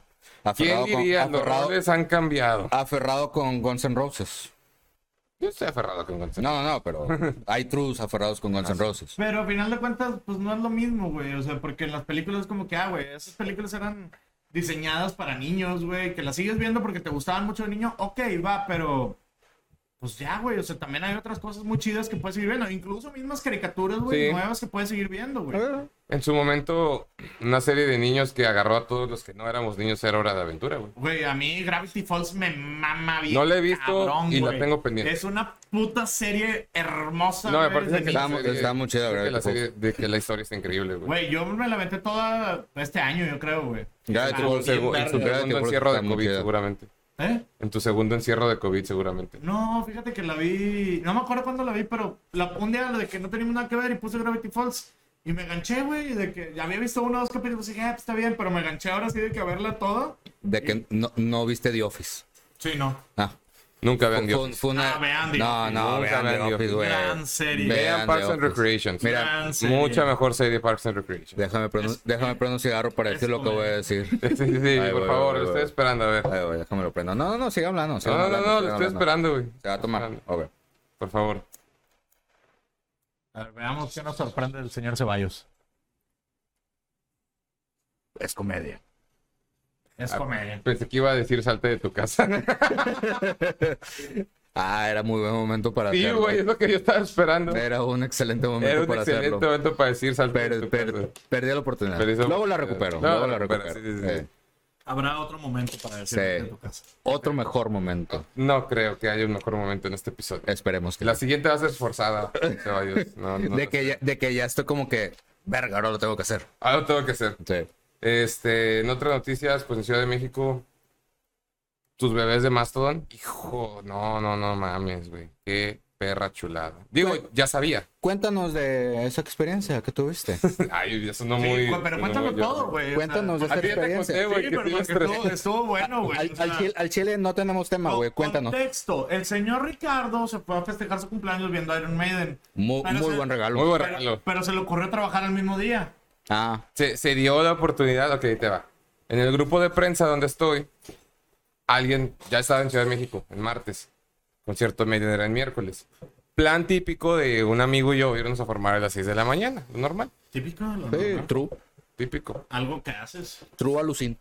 S2: ¿Quién
S3: Aferrado con,
S2: diría? Los
S3: aferrado,
S2: roles han cambiado.
S3: aferrado con Guns N' Roses.
S2: Yo estoy aferrado con Gonzalo.
S3: No, no, no, pero hay trues aferrados con
S2: Ah,
S3: Guns N' Roses.
S1: Pero al final de cuentas, pues no es lo mismo, güey. O sea, porque en las películas es como que, ah, güey, esas películas eran diseñadas para niños, güey. Que las sigues viendo porque te gustaban mucho de niño. Ok, va, pero... Pues ya, güey. O sea, también hay otras cosas muy chidas que puedes seguir viendo. Incluso mismas caricaturas, güey,
S2: Sí.
S1: nuevas que puedes seguir viendo, güey.
S2: En su momento, una serie de niños que agarró a todos los que no éramos niños era Hora de Aventura, güey.
S1: Güey, a mí Gravity Falls me mama bien.
S2: No la he visto y la
S1: güey.
S2: tengo pendiente.
S1: Es una puta serie hermosa.
S2: No, me
S1: güey,
S2: parece
S1: de
S2: que
S1: mí.
S2: la
S3: Está-
S2: serie-
S3: está muy chida,
S2: creo que
S3: ¿verdad?
S2: la serie- de que la historia está increíble, güey.
S1: Güey, yo me la aventé toda este año, yo creo, güey.
S3: Gravity
S1: Ah,
S2: En tu
S3: Falls,
S1: bien
S2: segu- en
S1: verga.
S2: tu
S3: Gravity
S2: segundo
S3: Falls
S2: encierro
S3: está
S2: de
S3: muy
S2: COVID,
S3: chida.
S2: seguramente.
S1: ¿Eh?
S2: En tu segundo encierro de COVID, seguramente.
S1: No, fíjate que la vi. No me acuerdo cuándo la vi, pero la- un día de que no teníamos nada que ver y puse Gravity Falls. Y me enganché, güey, de que ya había visto uno o dos capítulos y dije, ah, pues está bien, pero me enganché ahora sí de que a verla toda.
S3: De que no, no viste The Office.
S1: Sí, no.
S3: Ah.
S2: Nunca vean
S3: Fue,
S2: The
S3: un-
S2: Office.
S3: fue una...
S1: Ah, vean The
S3: no, no,
S2: Office. Nunca
S3: vean
S2: vean
S3: The
S2: The
S3: Office,
S2: Office.
S3: güey.
S1: Gran serie.
S2: Vean
S3: The
S2: Parks and
S3: Office.
S2: Recreation.
S3: Mira,
S2: Ah,
S1: Gran serie.
S2: Mucha mejor serie de Parks and Recreation.
S3: Déjame, prendo-
S1: Es-
S3: déjame prender un cigarro para
S1: es
S3: decir lo que voy a
S1: comedia.
S3: decir.
S2: Sí, sí, sí,
S3: Ahí
S2: por
S3: voy,
S2: favor,
S3: voy,
S2: lo estoy
S3: voy.
S2: esperando, a ver.
S3: Ay, güey, déjame lo prendo. No, no, no, siga hablando. siga
S2: No, no,
S3: hablando,
S2: no,
S3: siga
S2: lo estoy
S3: hablando.
S2: esperando, güey.
S3: Se va a tomar.
S2: Esperando.
S3: Ok.
S2: Por favor.
S1: A ver, veamos qué nos sorprende el señor Ceballos.
S3: Es comedia.
S1: Es comedia.
S2: Pensé que iba a decir salte de tu casa.
S3: Ah, era muy buen momento para
S2: Sí,
S3: hacerlo.
S2: güey, es lo que yo estaba esperando.
S3: Era un excelente momento
S2: Era un
S3: para
S2: excelente
S3: hacerlo.
S2: momento para decir salte de
S3: Pero,
S2: tu casa.
S3: per- perdí la oportunidad.
S2: Pero eso-
S3: Luego la recupero.
S2: Luego
S3: luego
S2: la
S3: la recupero.
S2: recuperas, sí, sí, sí.
S3: Eh,
S1: Habrá otro momento para decir
S3: Sí.
S1: en tu casa.
S3: Otro mejor momento.
S2: No creo que haya un mejor momento en este episodio.
S3: Esperemos que.
S2: La siguiente va a ser forzada, Ceballos. No, no.
S3: de, que ya, de que ya estoy como que. Verga, ahora lo tengo que hacer.
S2: Algo tengo que hacer.
S3: Sí.
S2: Este, en otras noticias, pues en Ciudad de México, tus bebés de Mastodon. Hijo, no, no, no mames, güey. Qué perra chulada. Digo, ya sabía.
S3: Cuéntanos de esa experiencia que tuviste.
S2: Ay, eso no
S1: Sí,
S2: muy.
S1: güey, pero
S2: sonó
S1: cuéntame
S2: muy-
S1: todo, güey. o sea,
S3: Cuéntanos de
S2: A
S3: esa
S2: ti ya te conté,
S3: experiencia.
S1: Sí,
S2: güey, que
S1: pero
S2: tienes
S1: porque estuvo,
S2: tres.
S1: estuvo bueno,
S2: Pues,
S1: güey.
S3: Al,
S1: o
S3: al
S1: sea,
S3: chile, al chile no tenemos tema,
S1: con-
S3: güey. Cuéntanos.
S1: Contexto. El señor Ricardo se fue a festejar su cumpleaños viendo Iron Maiden.
S3: Muy,
S1: Pero
S3: muy
S1: se-
S3: buen
S2: Muy
S3: regalo.
S2: buen
S1: Pero,
S2: regalo.
S1: pero se le ocurrió trabajar al mismo día.
S3: Ah,
S2: Se, se dio la oportunidad, ok, ahí te va. En el grupo de prensa donde estoy, alguien ya estaba en Ciudad de México, el martes. Concierto medio era el miércoles. Plan típico de un amigo y yo irnos a formar a las 6 de la mañana, lo normal,
S1: Típico de lo
S3: sí,
S1: normal.
S3: true.
S2: típico.
S1: Algo que haces.
S3: True alucin.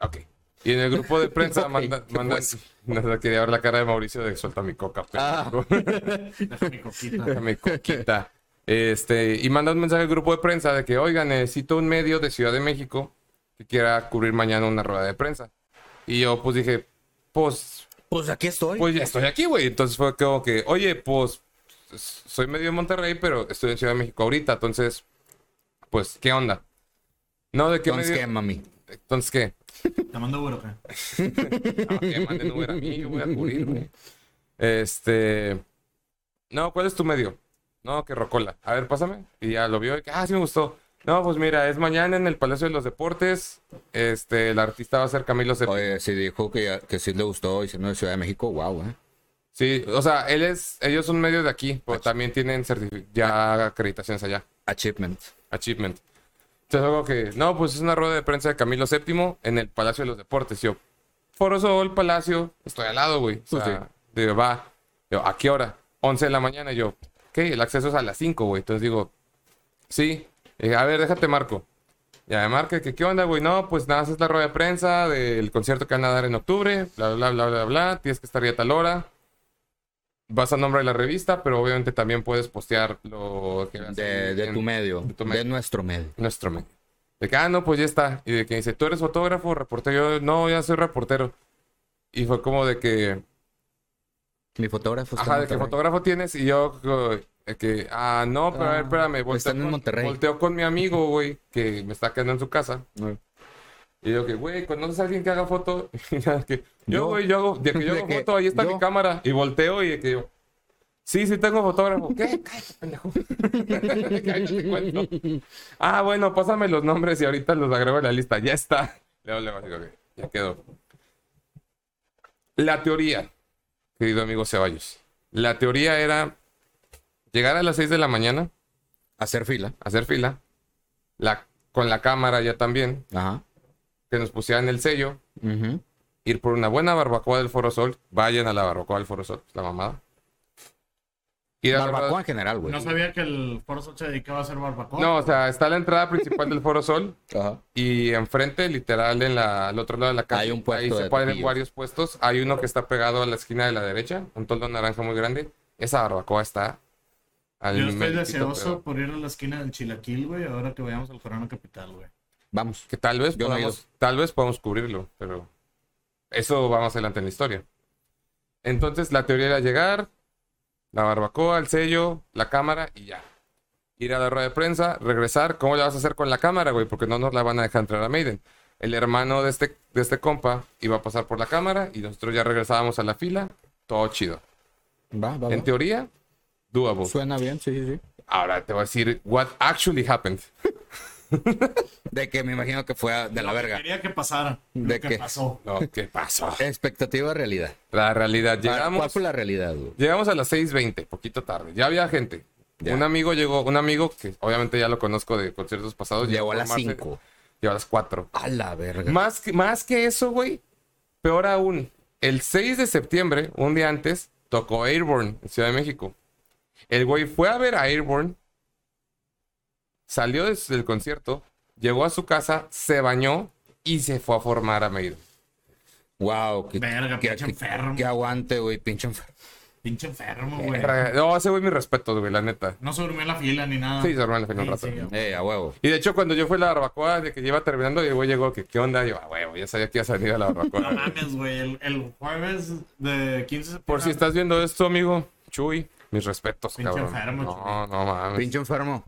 S2: Ok. Y en el grupo de prensa
S3: Ok,
S2: manda-
S3: ¿qué
S2: mandan.
S3: pues?
S2: No sé, quería ver la cara de Mauricio de suelta mi coca,
S3: Ah.
S2: pendejo.
S1: Deja mi coquita.
S2: Déjame coquita. Este, y manda un mensaje al grupo de prensa de que, oigan, necesito un medio de Ciudad de México que quiera cubrir mañana una rueda de prensa. Y yo, pues dije, pues,
S3: Pues aquí estoy.
S2: pues ya estoy aquí, güey. Entonces fue como que, oye, pues, soy medio de Monterrey, pero estoy en Ciudad de México ahorita. Entonces, pues, ¿qué onda? No, de qué
S3: Entonces,
S2: medio-
S3: ¿qué, mami?
S2: Entonces, ¿qué?
S1: Te mando Europa.
S2: No, que manden Uber a mí, yo voy a cubrir, güey. Este. No, ¿cuál es tu medio? No, que Rocola. A ver, pásame. Y ya lo vio y que, ah, sí me gustó. No, pues mira, es mañana en el Palacio de los Deportes. Este, el artista va a ser Camilo Cepeda.
S3: Oye, si dijo que, que sí le gustó y siendo de Ciudad de México, wow, eh.
S2: Sí, o sea, él es, ellos son medios de aquí, pero también tienen certifi- ya acreditaciones allá.
S3: Achievement.
S2: Achievement. Entonces, algo que, no, pues es una rueda de prensa de Camilo VII en el Palacio de los Deportes. Yo, Foro Sol, Palacio, estoy al lado, güey. O
S3: Pues
S2: sea, digo, va. Yo, ¿a qué hora? 11 de la mañana. Y Yo, ok, el acceso es a las 5, güey. Entonces digo, sí. Y dije, a ver, déjate marco. Ya me marca que, ¿qué onda, güey? No, pues nada, más es la rueda de prensa del concierto que van a dar en octubre. Bla, bla, bla, bla, bla. Tienes que estar ya a tal hora. Vas a nombre de la revista, pero obviamente también puedes postear lo que veas
S3: De,
S2: ahí
S3: de
S2: en-
S3: tu medio. De,
S2: tu medio.
S3: nuestro medio.
S2: nuestro medio. De que, ah, no, pues ya está. Y de que dice, ¿tú eres fotógrafo o reportero? Yo, no, ya soy reportero. Y fue como de que,
S3: Mi fotógrafo Pues está
S2: ajá,
S3: en
S2: ¿de qué
S3: Monterrey.
S2: fotógrafo tienes? Y yo, co- de que, ah, no, pero a ver,
S3: Ah,
S2: espérame. Volteo
S3: están en
S2: con-
S3: Monterrey.
S2: Volteo con mi amigo, güey, que me está quedando en su casa. Y yo, que, güey, ¿conoces a alguien que haga foto? Y ya de que, yo,
S3: Yo.
S2: güey, yo hago, de que yo
S3: De
S2: hago
S3: que
S2: foto, ahí está mi
S3: yo.
S2: cámara. Y volteo y de que yo, sí, sí tengo fotógrafo. ¿Qué? Cállate, pendejo. Cállate, te cuento. Ah, bueno, pásame los nombres y ahorita los agrego a la lista. Ya está. Luego, luego, digo, ok, ya quedó. La teoría, querido amigo Ceballos. La teoría era llegar a las 6 de la mañana,
S3: Hacer fila.
S2: hacer fila, la, con la cámara ya también,
S3: Ajá.
S2: que nos pusieran el sello,
S3: Ujú.
S2: ir por una buena barbacoa del Foro Sol. Vayan a la barbacoa del Foro Sol, la mamada. Ir a la
S3: Barbacoa en general, güey.
S1: No sabía que el Foro Sol se dedicaba a hacer barbacoa.
S2: No, o sea, está la entrada principal del Foro Sol.
S3: Ajá.
S2: Y enfrente, literal, en la, al otro lado de la calle,
S3: Hay un puesto
S2: ahí se
S3: de
S2: ponen
S3: taquillos.
S2: varios puestos. Hay uno que está pegado a la esquina de la derecha, un toldo naranja muy grande. Esa barbacoa está al
S1: Yo estoy
S2: meritito
S1: deseoso
S2: pedo.
S1: por ir a la esquina del Chilaquil, güey, ahora que vayamos al Corona Capital, güey.
S3: Vamos.
S2: Que tal vez,
S3: Yo no he
S2: podamos, tal vez podamos cubrirlo, pero eso va más adelante en la historia. Entonces, la teoría era llegar, la barbacoa, el sello, la cámara y ya. Ir a la rueda de prensa, regresar. ¿Cómo le vas a hacer con la cámara, güey? Porque no nos la van a dejar entrar a Maiden. El hermano de este, de este compa iba a pasar por la cámara y nosotros ya regresábamos a la fila. Todo chido.
S3: Va, va,
S2: En
S3: va.
S2: teoría, doable.
S3: Suena bien, sí, sí, sí.
S2: Ahora te voy a decir what actually happened.
S3: De que me imagino que fue a- de la
S1: Lo que
S3: verga.
S1: Quería que pasara. Lo
S3: ¿De
S1: que
S3: qué?
S1: pasó.
S2: No, ¿qué pasó?
S3: Expectativa realidad.
S2: La realidad.
S3: ¿Cuál
S2: Llegamos,
S3: fue la realidad, güey?
S2: llegamos a las 6.20, poquito tarde. Ya había gente.
S3: Ya.
S2: Un amigo llegó, un amigo que obviamente ya lo conozco de conciertos pasados.
S3: Llegó a las
S2: formarse-
S3: 5.
S2: Llegó a las 4.
S3: A la verga.
S2: Más que, más que eso, güey, peor aún, el 6 de septiembre, un día antes, tocó Airborne en Ciudad de México. El güey fue a ver a Airborne, salió de- del concierto, llegó a su casa, se bañó y se fue a formar a Maiden.
S3: Wow, qué,
S1: Verga,
S3: qué-
S1: pinche
S3: qué-
S1: enfermo.
S3: qué aguante, güey, pinche enfermo.
S1: Pinche enfermo, güey.
S2: No, ese güey, mis respetos, güey, la neta.
S1: No se durmió en la fila ni
S3: Ah.
S1: nada.
S2: Sí, se armó en la fila un
S1: Sí,
S2: rato.
S1: sí, güey.
S3: Eh, a huevo.
S2: Y de hecho, cuando yo fui a la barbacoa, de que lleva terminando, y el güey llegó, que qué onda, yo, ah, huevo, ya sabía que iba a salir a la
S1: No
S2: barbacoa.
S1: mames, güey. El, el jueves de 15 de
S2: Por si
S1: septiembre,
S2: estás viendo esto, amigo, Chuy, mis respetos,
S1: Pinche
S2: cabrón.
S1: enfermo,
S2: No, no mames.
S3: Pinche enfermo.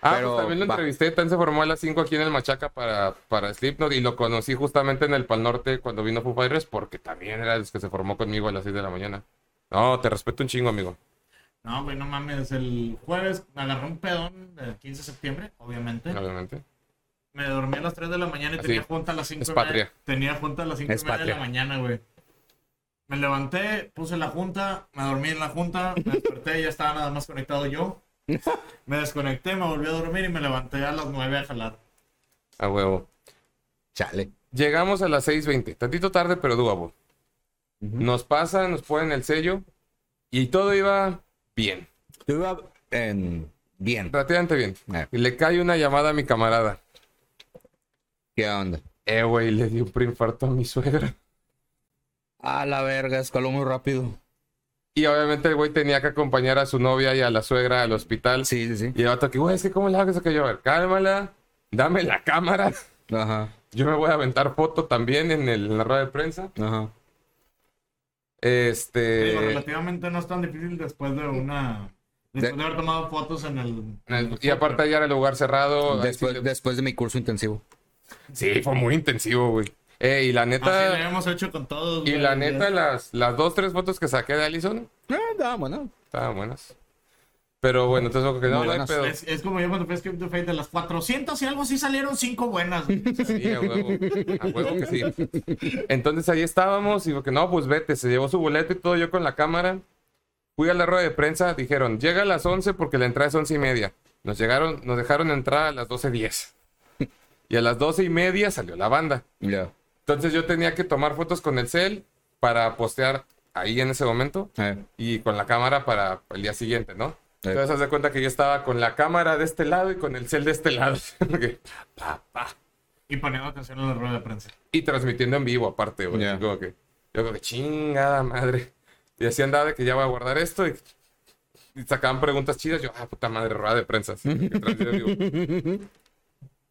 S2: Ah,
S3: Pero
S2: pues también lo
S3: va.
S2: entrevisté, tan se formó a las 5 aquí en el Machaca para, para Slipknot y lo conocí justamente en el Pal Norte cuando vino Foo Fighters porque también era de los que se formó conmigo a las 6 de la mañana. No, te respeto un chingo, amigo.
S1: No, güey, no mames. El jueves agarré un pedón del 15 de septiembre, obviamente.
S2: Obviamente.
S1: Me dormí a las 3 de la mañana y
S2: Así.
S1: tenía junta a las 5
S2: Es
S1: y media-
S2: patria.
S1: Tenía junta a las 5 y
S3: Es
S1: media de
S3: patria.
S1: la mañana, güey. Me levanté, puse la junta, me dormí en la junta, me desperté, ya estaba nada más conectado yo. Me desconecté, me volví a dormir y me levanté a las 9 a jalar.
S2: A huevo.
S3: Chale.
S2: Llegamos a las 6.20, tantito tarde, pero duabo. Nos pasan, nos ponen el sello y todo iba bien,
S3: Yo iba en... bien.
S2: relativamente bien.
S3: Eh,
S2: Y le cae una llamada a mi camarada.
S3: ¿Qué onda?
S2: Eh, güey, le di un preinfarto a mi suegra.
S3: A la verga, escaló muy rápido.
S2: Y obviamente el güey tenía que acompañar a su novia y a la suegra al hospital.
S3: Sí, sí, sí.
S2: Y el vato que, güey, es que cómo le hago eso que yo, a ver, cálmala, dame la cámara.
S3: Ajá,
S2: Yo me voy a aventar foto también en, el, en la rueda de prensa.
S3: ajá.
S1: Digo,
S2: Este.
S1: relativamente no es tan difícil después de una. Después de haber tomado fotos en el.
S2: en el- y aparte allá era el lugar cerrado. ahí sí
S3: Después,
S2: le-
S3: después de mi curso intensivo.
S2: sí, fue muy intensivo, güey. Eh, y la
S1: Así lo
S2: neta,
S1: hemos hecho con todos.
S2: y
S1: güey.
S2: la neta, las, las dos, tres fotos que saqué de Allison
S3: Ah, no, bueno.
S2: estaban buenas. Pero bueno, entonces como que no,
S3: Muy
S2: no hay
S3: buenas.
S2: pedo.
S1: Es, es como yo cuando fui a Skip the Fate, de las 400 y algo sí salieron 5 buenas. güey. O sea,
S2: Sí, a huevo. A huevo que sí. Entonces ahí estábamos y digo que no, pues vete, se llevó su boleto y todo yo con la cámara. Fui a la rueda de prensa, dijeron, llega a las 11 porque la entrada es 11 y media. Nos, llegaron, nos dejaron entrar a las 12.10. Y a las 12 y media salió la banda.
S3: Ya.
S2: Entonces yo tenía que tomar fotos con el cel para postear ahí en ese momento
S3: Eh,
S2: y con la cámara para el día siguiente, ¿no?
S3: Sí.
S2: Entonces haz de cuenta que yo estaba con la cámara de este lado y con el cel de este lado. Porque, pa, pa,
S1: y poniendo atención a la rueda de prensa.
S2: y transmitiendo en vivo, aparte, güey.
S3: Ya.
S2: Así como que, yo como que chingada madre. Y así andaba de que ya voy a guardar esto. Y, y sacaban preguntas chidas. Yo, ah, puta madre, rueda de prensa. así, que transmitiendo en vivo.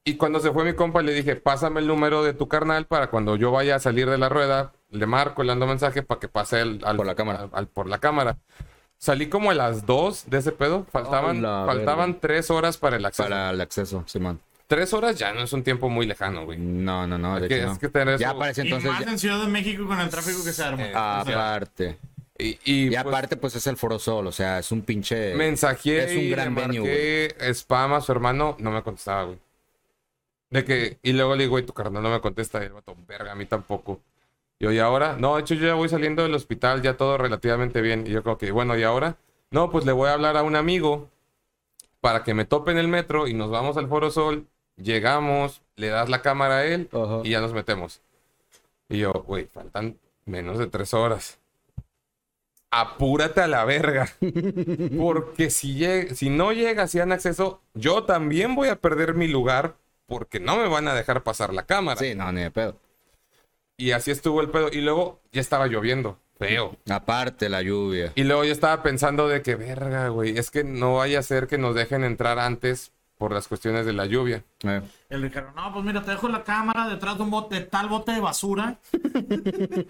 S2: Y cuando se fue mi compa, le dije, pásame el número de tu carnal para cuando yo vaya a salir de la rueda, le marco, le ando mensaje para que pase el- al-
S3: Por la cámara.
S2: al- al- por la cámara. Salí como a las 2 de ese pedo. Faltaban,
S3: Hola,
S2: faltaban 3 horas para el acceso.
S3: Oh, Para el acceso, Simón.
S2: 3 horas ya no es un tiempo muy lejano, güey.
S3: No, no, no. de
S2: Es que-
S3: hecho, no.
S2: es que tener
S3: ya
S2: su-
S3: aparece
S1: y
S3: entonces.
S1: más
S3: ya-
S1: en Ciudad de México con el tráfico que se
S2: Eh,
S1: arma.
S2: ah,
S1: O sea,
S3: Aparte.
S2: Y, y,
S3: Y
S2: pues,
S3: aparte, pues es el Foro Sol, o sea, es un pinche.
S2: Mensajé
S3: Es un
S2: y
S3: gran
S2: le
S3: venue,
S2: marqué spam a su hermano, no me contestaba, güey. De que, y luego le digo, güey, tu carnal no me contesta, y el vato, verga, a mí tampoco. Yo, ¿y ahora? No, de hecho, yo ya voy saliendo del hospital, ya todo relativamente bien. Y yo como que, bueno, ¿y ahora? No, pues le voy a hablar a un amigo para que me tope en el metro y nos vamos al Foro Sol, llegamos, le das la cámara a él
S3: Ajá.
S2: y ya nos metemos. Y yo, güey, faltan menos de tres horas. Apúrate a la verga. Porque si, lleg- si no llegas y dan acceso, yo también voy a perder mi lugar porque no me van a dejar pasar la cámara.
S3: Sí, no, ni de pedo.
S2: Y así estuvo el pedo. Y luego ya estaba lloviendo, feo.
S3: Aparte, la lluvia.
S2: Y luego yo estaba pensando de que, verga, güey, es que no vaya a ser que nos dejen entrar antes por las cuestiones de la lluvia.
S3: Eh,
S1: El Ricardo, no, pues mira, te dejo la cámara detrás de un bote, tal bote de basura.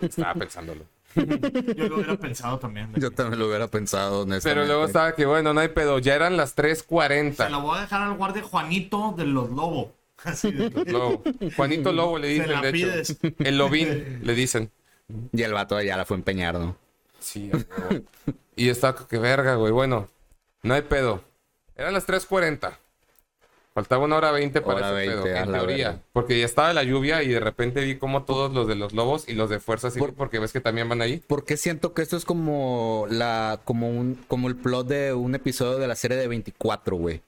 S2: Estaba pensándolo.
S1: Yo lo hubiera pensado también. de
S3: Yo
S1: que,
S3: también lo hubiera pensado, honestamente.
S2: Pero luego estaba que, bueno, no hay pedo. Ya eran las
S1: Se la
S2: 3.40.
S1: voy a dejar al guardia Juanito de los Lobos. Así de-
S2: Lobo. Juanito Lobo le dicen,
S1: la
S2: de hecho.
S1: pides.
S2: El Lobín le dicen.
S3: Y el vato ya la fue a empeñar, ¿no?
S2: Sí, a huevo. y está que verga, güey. Bueno, no hay pedo. Eran las 3.40. Faltaba una hora veinte para
S3: Hora
S2: ese pedo,
S3: 20, a
S2: en
S3: la
S2: teoría.
S3: verga.
S2: Porque ya estaba la lluvia y de repente vi como todos los de los lobos y los de fuerza civil,
S3: Por-
S2: porque ves que también van ahí.
S3: ¿Por qué siento que esto es como la como un como el plot de un episodio de la serie de 24, güey?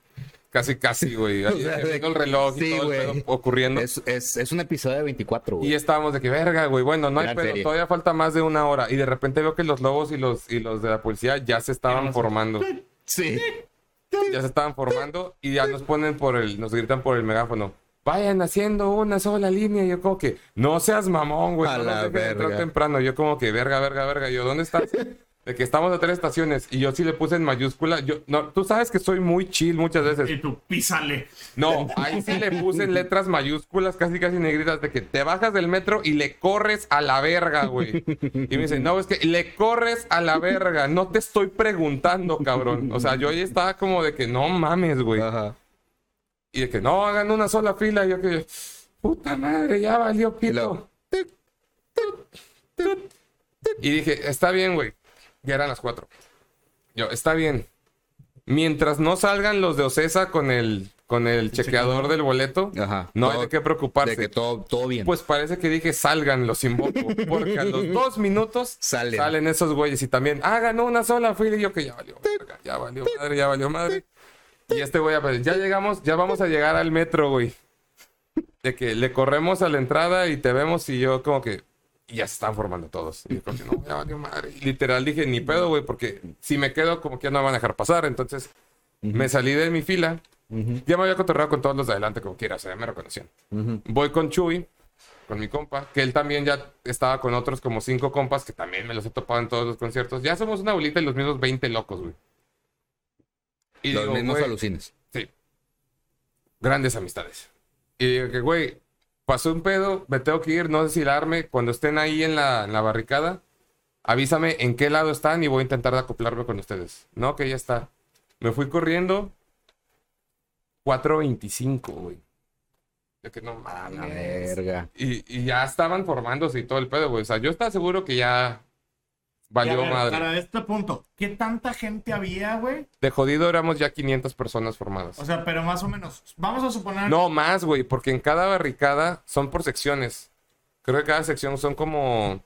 S2: Casi, casi, güey. Así,
S3: sea, de-
S2: viendo el reloj y
S3: sí,
S2: todo el
S3: güey.
S2: pedo ocurriendo.
S3: Es, es, es un episodio de 24,
S2: Y
S3: güey.
S2: estábamos de que verga, güey. Bueno, no hay
S3: Gran
S2: pedo.
S3: serie.
S2: Todavía falta más de una hora. Y de repente veo que los lobos y los, y los de la policía ya se estaban formando.
S3: Sí.
S2: Ya se estaban formando y ya nos ponen por el, nos gritan por el megáfono. Vayan haciendo una sola línea. Y yo como que, no seas mamón, güey.
S3: A
S2: no nos
S3: la
S2: dejes entrar
S3: verga.
S2: temprano. Yo como que, verga, verga, verga. Yo, ¿dónde estás? De que estamos a tres estaciones. Y yo sí le puse en mayúscula. Yo, no, tú sabes que soy muy chill muchas veces.
S1: Y tú, písale.
S2: No, ahí sí le puse en letras mayúsculas, casi casi negritas, de que te bajas del metro y le corres a la verga, güey. Y me dice, no, es que le corres a la verga, no te estoy preguntando, cabrón. O sea, yo ahí estaba como de que no mames, güey.
S3: Ajá.
S2: Y de que no, hagan una sola fila. Y yo que, puta madre, ya valió
S3: Y luego,
S2: pito. Y dije, está bien, güey. Ya eran las cuatro. Yo, está bien. Mientras no salgan los de Ocesa con el, con el chequeador del boleto,
S3: Ajá.
S2: no hay
S3: Todo-
S2: de qué
S3: De
S2: preocuparse.
S3: que todo, todo bien.
S2: Pues parece que dije, salgan los invoco. Porque a los dos minutos
S3: Salen.
S2: esos güeyes. Y también, hagan una sola fila. Y yo que ya valió, verga, ya valió madre, ya valió madre. Y este güey, pues, ya llegamos, ya vamos a llegar al metro, güey. De que le corremos a la entrada y te vemos. Y yo, como que, y ya se están formando todos. Y yo, como que, no, ya valió madre. Y literal dije, ni pedo, güey, porque si me quedo, como que ya no me van a dejar pasar. Entonces, me salí de mi fila. Ya me había cotorreado con todos los de adelante, como quiera, o sea, ya me reconocían. Voy con Chuy, con mi compa, que él también ya estaba con otros como cinco compas que también me los he topado en todos los conciertos. Ya somos una bolita y los mismos 20 locos, güey. Y
S3: Los
S2: digo,
S3: mismos
S2: güey,
S3: alucines.
S2: Sí. Grandes amistades. Y digo que, güey, pasó un pedo, me tengo que ir, no deshilarme. Cuando estén ahí en la, en la barricada, avísame en qué lado están y voy a intentar de acoplarme con ustedes. No, que ya está. Me fui corriendo 4.25, güey. Yo que no
S3: A la
S2: mames.
S3: verga.
S2: Y, y ya estaban formándose y todo el pedo, güey. O sea, yo estaba seguro que
S1: Y a
S2: ya valió
S1: ver,
S2: madre.
S1: Para este punto, ¿qué tanta gente había, güey?
S2: De jodido éramos ya 500 personas formadas.
S1: O sea, pero más o menos. Vamos a suponer.
S2: No, más, güey, porque en cada barricada son por secciones. Creo que cada sección son como...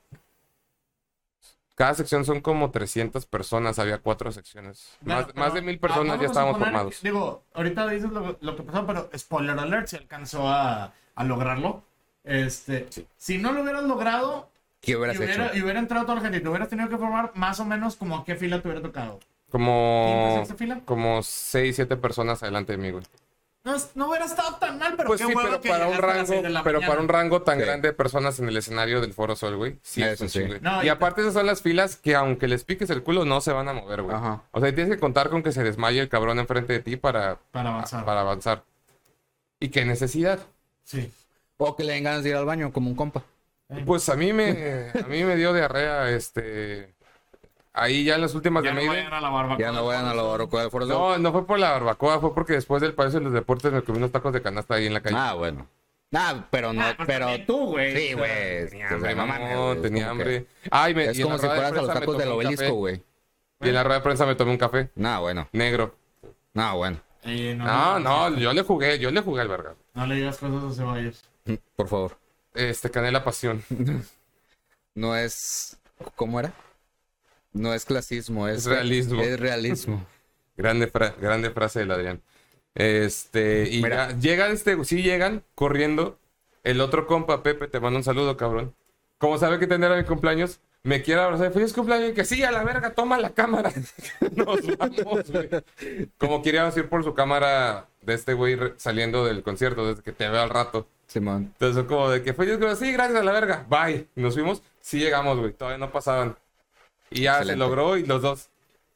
S2: Cada sección son como 300 personas, había cuatro secciones.
S1: Bueno,
S2: más,
S1: pero
S2: más de mil
S1: va-
S2: personas
S1: vamos
S2: ya
S1: a
S2: estaban
S1: suponer-
S2: formados.
S1: Digo, ahorita dices lo, lo que pasó, pero spoiler alert, si alcanzó a, a lograrlo. Este, Si no lo hubieras logrado
S3: ¿Qué
S1: y
S3: hubieras
S1: hubiera,
S3: hecho?
S1: y hubiera entrado toda la gente y te hubieras tenido que formar más o menos como a qué fila te hubiera tocado. ¿Quinta,
S2: Como...
S1: sexta fila?
S2: Como 6, 7 personas adelante de mí, güey.
S1: No, es- no hubiera estado tan mal, pero
S2: Pues
S1: qué
S2: sí,
S1: huevo
S2: pero
S1: que
S2: para un
S1: llegaste a las
S2: rango,
S1: seis de la
S2: pero
S1: mañana.
S2: para un rango tan
S3: Sí.
S2: grande de personas en el escenario del Foro Sol, güey. Sí, es
S3: Eso
S2: un
S3: sí.
S2: chingo.
S1: No,
S2: y
S1: y-
S2: aparte esas son las filas que aunque les piques el culo no se van a mover, güey.
S3: Ajá.
S2: O sea, tienes que contar con que se desmaye el cabrón enfrente de ti para,
S1: Para avanzar.
S2: para avanzar. ¿Y qué necesidad?
S1: Sí.
S3: O que le den ganas de ir al baño como un compa.
S2: Pues a mí me a mí me dio diarrea este ahí ya en las últimas
S1: Ya
S2: de
S1: no
S2: Mayday.
S1: vayan a la barbacoa.
S3: Ya no vayan a la barbacoa del Foro Sol.
S2: No, no fue por la barbacoa, fue porque después del Palacio de los Deportes me comí unos tacos de canasta ahí en la calle.
S3: Ah, bueno. Ah, pero no,
S1: Ah, pues
S3: pero
S1: también tú, güey.
S3: Sí,
S1: O sea,
S3: güey.
S2: Tenía
S3: o sea,
S2: hambre,
S3: pues, no
S2: mamón,
S3: mames, güey, es
S2: tenía
S3: como que-
S2: hambre. Ay, me,
S3: es
S2: y en
S3: como
S2: la
S3: si
S2: rueda de
S3: fueras a los
S2: prensa me
S3: tacos del
S2: tomé un café.
S3: obelisco, güey.
S2: Y en la rueda de prensa me tomé un café
S3: Nah, bueno.
S2: negro.
S3: Nah, bueno.
S1: Eh, no,
S2: No, no, yo le jugué, yo le jugué al verga.
S1: No le digas cosas a Ceballos.
S3: Por favor.
S2: Este, Canela Pasión.
S3: No es. ¿Cómo era? No es clasismo, es,
S2: Es realismo.
S3: Es realismo.
S2: Grande, fra- grande frase del Adrián. Este, y
S3: Mira.
S2: ya llega este, sí llegan corriendo. El otro compa, Pepe, te manda un saludo, cabrón. Como sabe que tendrá mi cumpleaños, me quiere abrazar. Feliz cumpleaños. Y que sí, a la verga, toma la cámara. Nos vamos, güey. Como queríamos ir por su cámara de este güey re- saliendo del concierto, desde que te veo al rato.
S3: Simón.
S2: Entonces, como de que fue, yo creo, sí, gracias a la verga, bye. Nos fuimos, sí llegamos, güey, todavía no pasaban. Y ya se
S3: Excelente.
S2: logró y los dos,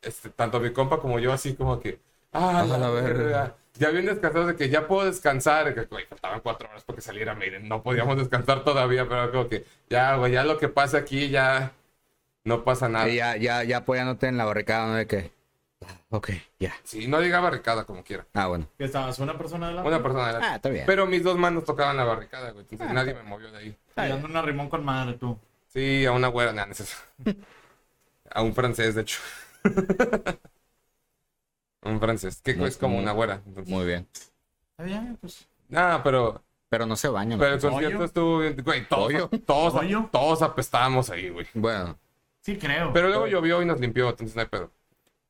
S2: este, tanto mi compa como yo, así como que, ah, la,
S3: la
S2: verga.
S3: verga.
S2: Ya bien descansados de que ya puedo descansar, que, güey, faltaban cuatro horas porque saliera Maiden, no podíamos descansar todavía, pero como que, ya, güey, ya lo que pasa aquí, ya no pasa nada.
S3: Y ya, ya, ya apoyándote en la barricada, ¿no? De que. ah, Ok, ya.
S2: Sí, no llegaba barricada como quiera.
S3: Ah, bueno.
S1: Que estabas una persona de la
S2: Una persona adelante.
S3: Ah, está bien. Ah.
S2: Pero mis dos manos tocaban la barricada, güey, entonces nadie me movió de ahí.
S1: Y dando una rimón con madre, tú.
S2: Sí, a una güera, nada, no es eso. A un francés, de hecho. un francés, que es como una güera. entonces.
S3: Muy bien.
S1: Está bien, pues.
S2: Nah, pero,
S3: Pero no se bañan.
S2: pero el
S1: Hoyo.
S2: concierto estuvo bien. Güey, todos,
S3: Hoyo.
S2: todos,
S1: Hoyo.
S2: todos apestábamos ahí, güey.
S3: Bueno,
S1: Sí, creo.
S2: Pero luego llovió y nos limpió, entonces no hay pedo.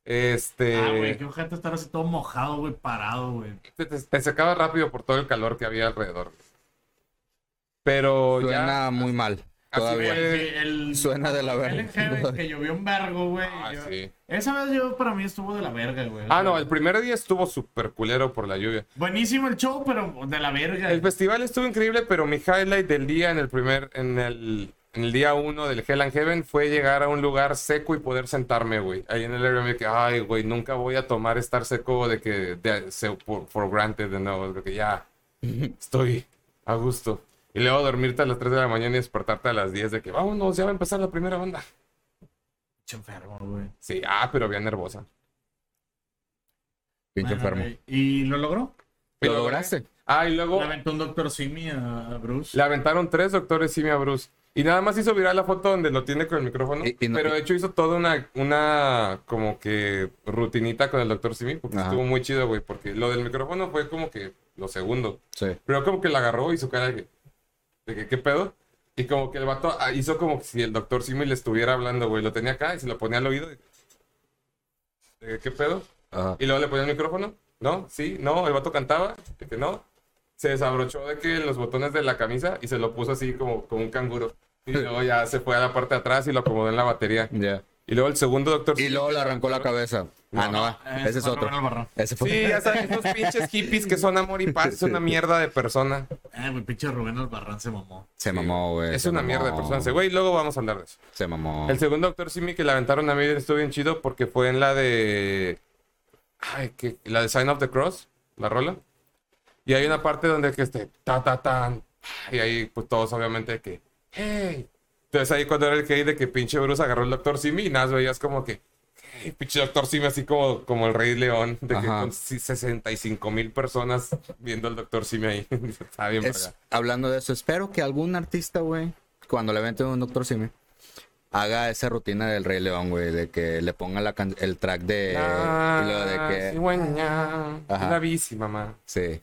S2: Este.
S1: Ah, güey, qué ojete estar así todo mojado, güey, parado, güey.
S2: te, te- te secaba rápido por todo el calor que había alrededor. Pero ya.
S3: suena muy mal.
S2: así
S3: Todavía.
S2: fue.
S1: Sí, el-
S3: Suena de la verga.
S1: El LG que llovió un vergo, güey.
S2: Ah,
S1: yo-
S2: sí.
S1: Esa vez yo para mí estuvo de la verga, güey.
S2: Ah, no, el primer día estuvo súper culero por la lluvia.
S1: Buenísimo el show, pero de la verga.
S2: El festival estuvo increíble, pero mi highlight del día en el primer, en el, en el día uno del Hell and Heaven fue llegar a un lugar seco y poder sentarme, güey. Ahí en el Airbnb que, ay, güey, nunca voy a tomar estar seco de que de, se- por, for granted de nuevo, de que ya estoy a gusto. Y luego dormirte a las 3 de la mañana y despertarte a las 10 de que vámonos, ya va a empezar la primera banda.
S1: Pinche enfermo, güey.
S2: Sí, ah, pero bien nerviosa.
S1: Bueno,
S3: Pinche enfermo.
S1: güey, ¿Y lo logró?
S2: Y
S3: ¿Lo
S2: luego-
S3: lograste?
S2: Ah, y luego
S1: Le aventó un Doctor Simi a a Bruce.
S2: le aventaron tres doctores Simi a Bruce. Y nada más hizo viral la foto donde lo tiene con el micrófono.
S3: Y- y no-
S2: pero de hecho hizo toda una, una como que rutinita con el doctor Simi. Porque
S3: Ajá.
S2: estuvo muy chido, güey. Porque lo del micrófono fue como que lo segundo.
S3: Sí.
S2: Pero como que la agarró y su cara de que, de que, ¿qué pedo? Y como que el vato ah, hizo como que si el doctor Simi le estuviera hablando, güey. Lo tenía acá y se lo ponía al oído. y- De que, ¿qué pedo?
S3: Ajá.
S2: Y luego le ponía el micrófono. No, sí, no. El vato cantaba. De que no. Se desabrochó de que los botones de la camisa y se lo puso así como, como un canguro. Y luego ya se fue a la parte de atrás y lo acomodó en la batería.
S3: Ya.
S2: Y pues luego el segundo doctor.
S3: Y luego le arrancó la cabeza. Ah, no, va.
S1: Eh,
S3: ese es
S1: fue
S3: otro.
S1: Rubén Albarrán.
S3: Ese fue.
S2: Sí, ya sabes, esos pinches hippies que son amor y paz. Es una mierda de persona.
S1: Eh, güey, pinche Rubén Albarrán se mamó.
S3: Se mamó, güey.
S2: Es
S3: se
S2: una
S3: mamó.
S2: mierda de persona ese güey. Luego vamos a hablar de eso.
S3: Se mamó.
S2: El segundo Doctor Simi que le aventaron a mí estuvo bien chido porque fue en la de. Ay, que, la de Sign of the Cross, la rola. Y hay una parte donde que este. Ta, ta, tan. Y ahí, pues todos obviamente que. ¡Hey! Entonces ahí cuando era el que de que pinche Bruce agarró el Doctor Simi y nada, veías como que. "Hey, Pinche Doctor Simi, así como, como el Rey León, de que
S3: Ajá.
S2: con 65 mil personas viendo al Doctor Simi ahí. Está bien,
S3: Es-
S2: verga.
S3: hablando de eso, espero que algún artista, güey, cuando le vente un Doctor Simi, haga esa rutina del Rey León, güey, de que le ponga la can- el track de. eh, y lo de que.
S2: Ah, Sí, güey,
S3: Ajá.
S2: La bici, mamá.
S3: Sí.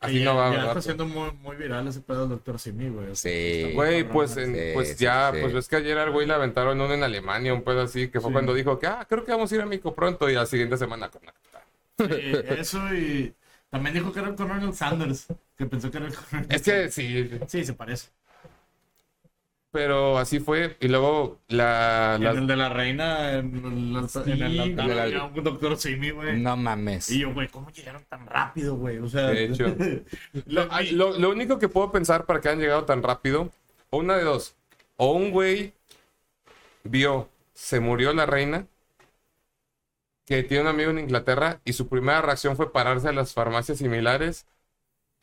S2: Así
S1: Y ya-
S2: no va,
S1: Ya
S2: ¿verdad?
S1: está siendo muy, muy viral ese pedo del Doctor Simi, güey.
S3: Sí.
S1: Está muy
S2: Güey,
S1: cabrón,
S2: pues,
S1: güey.
S2: en-
S3: Sí,
S2: pues
S3: sí,
S2: ya,
S3: sí.
S2: pues ves que ayer al güey le aventaron uno en Alemania, un pedo así, que fue
S1: Sí.
S2: cuando dijo que, ah, creo que vamos a ir a Mico pronto y la siguiente semana con la...
S1: Sí, eso y... También dijo que era el Coronel Sanders, que pensó que era el Coronel
S2: Es que sí,
S1: Sí, se parece.
S2: pero así fue. Y luego la...
S1: Y
S2: la-
S1: En el de la reina, en, el- en el altar,
S3: güey.
S1: había un doctor Simi, güey.
S3: No mames.
S1: Y yo, güey, ¿cómo llegaron tan rápido, güey? O sea,
S2: De hecho.
S1: lo-
S2: Ay, lo, lo único que puedo pensar para que han llegado tan rápido, o una de dos, o un güey vio, se murió la reina, que tiene un amigo en Inglaterra, y su primera reacción fue pararse a las farmacias similares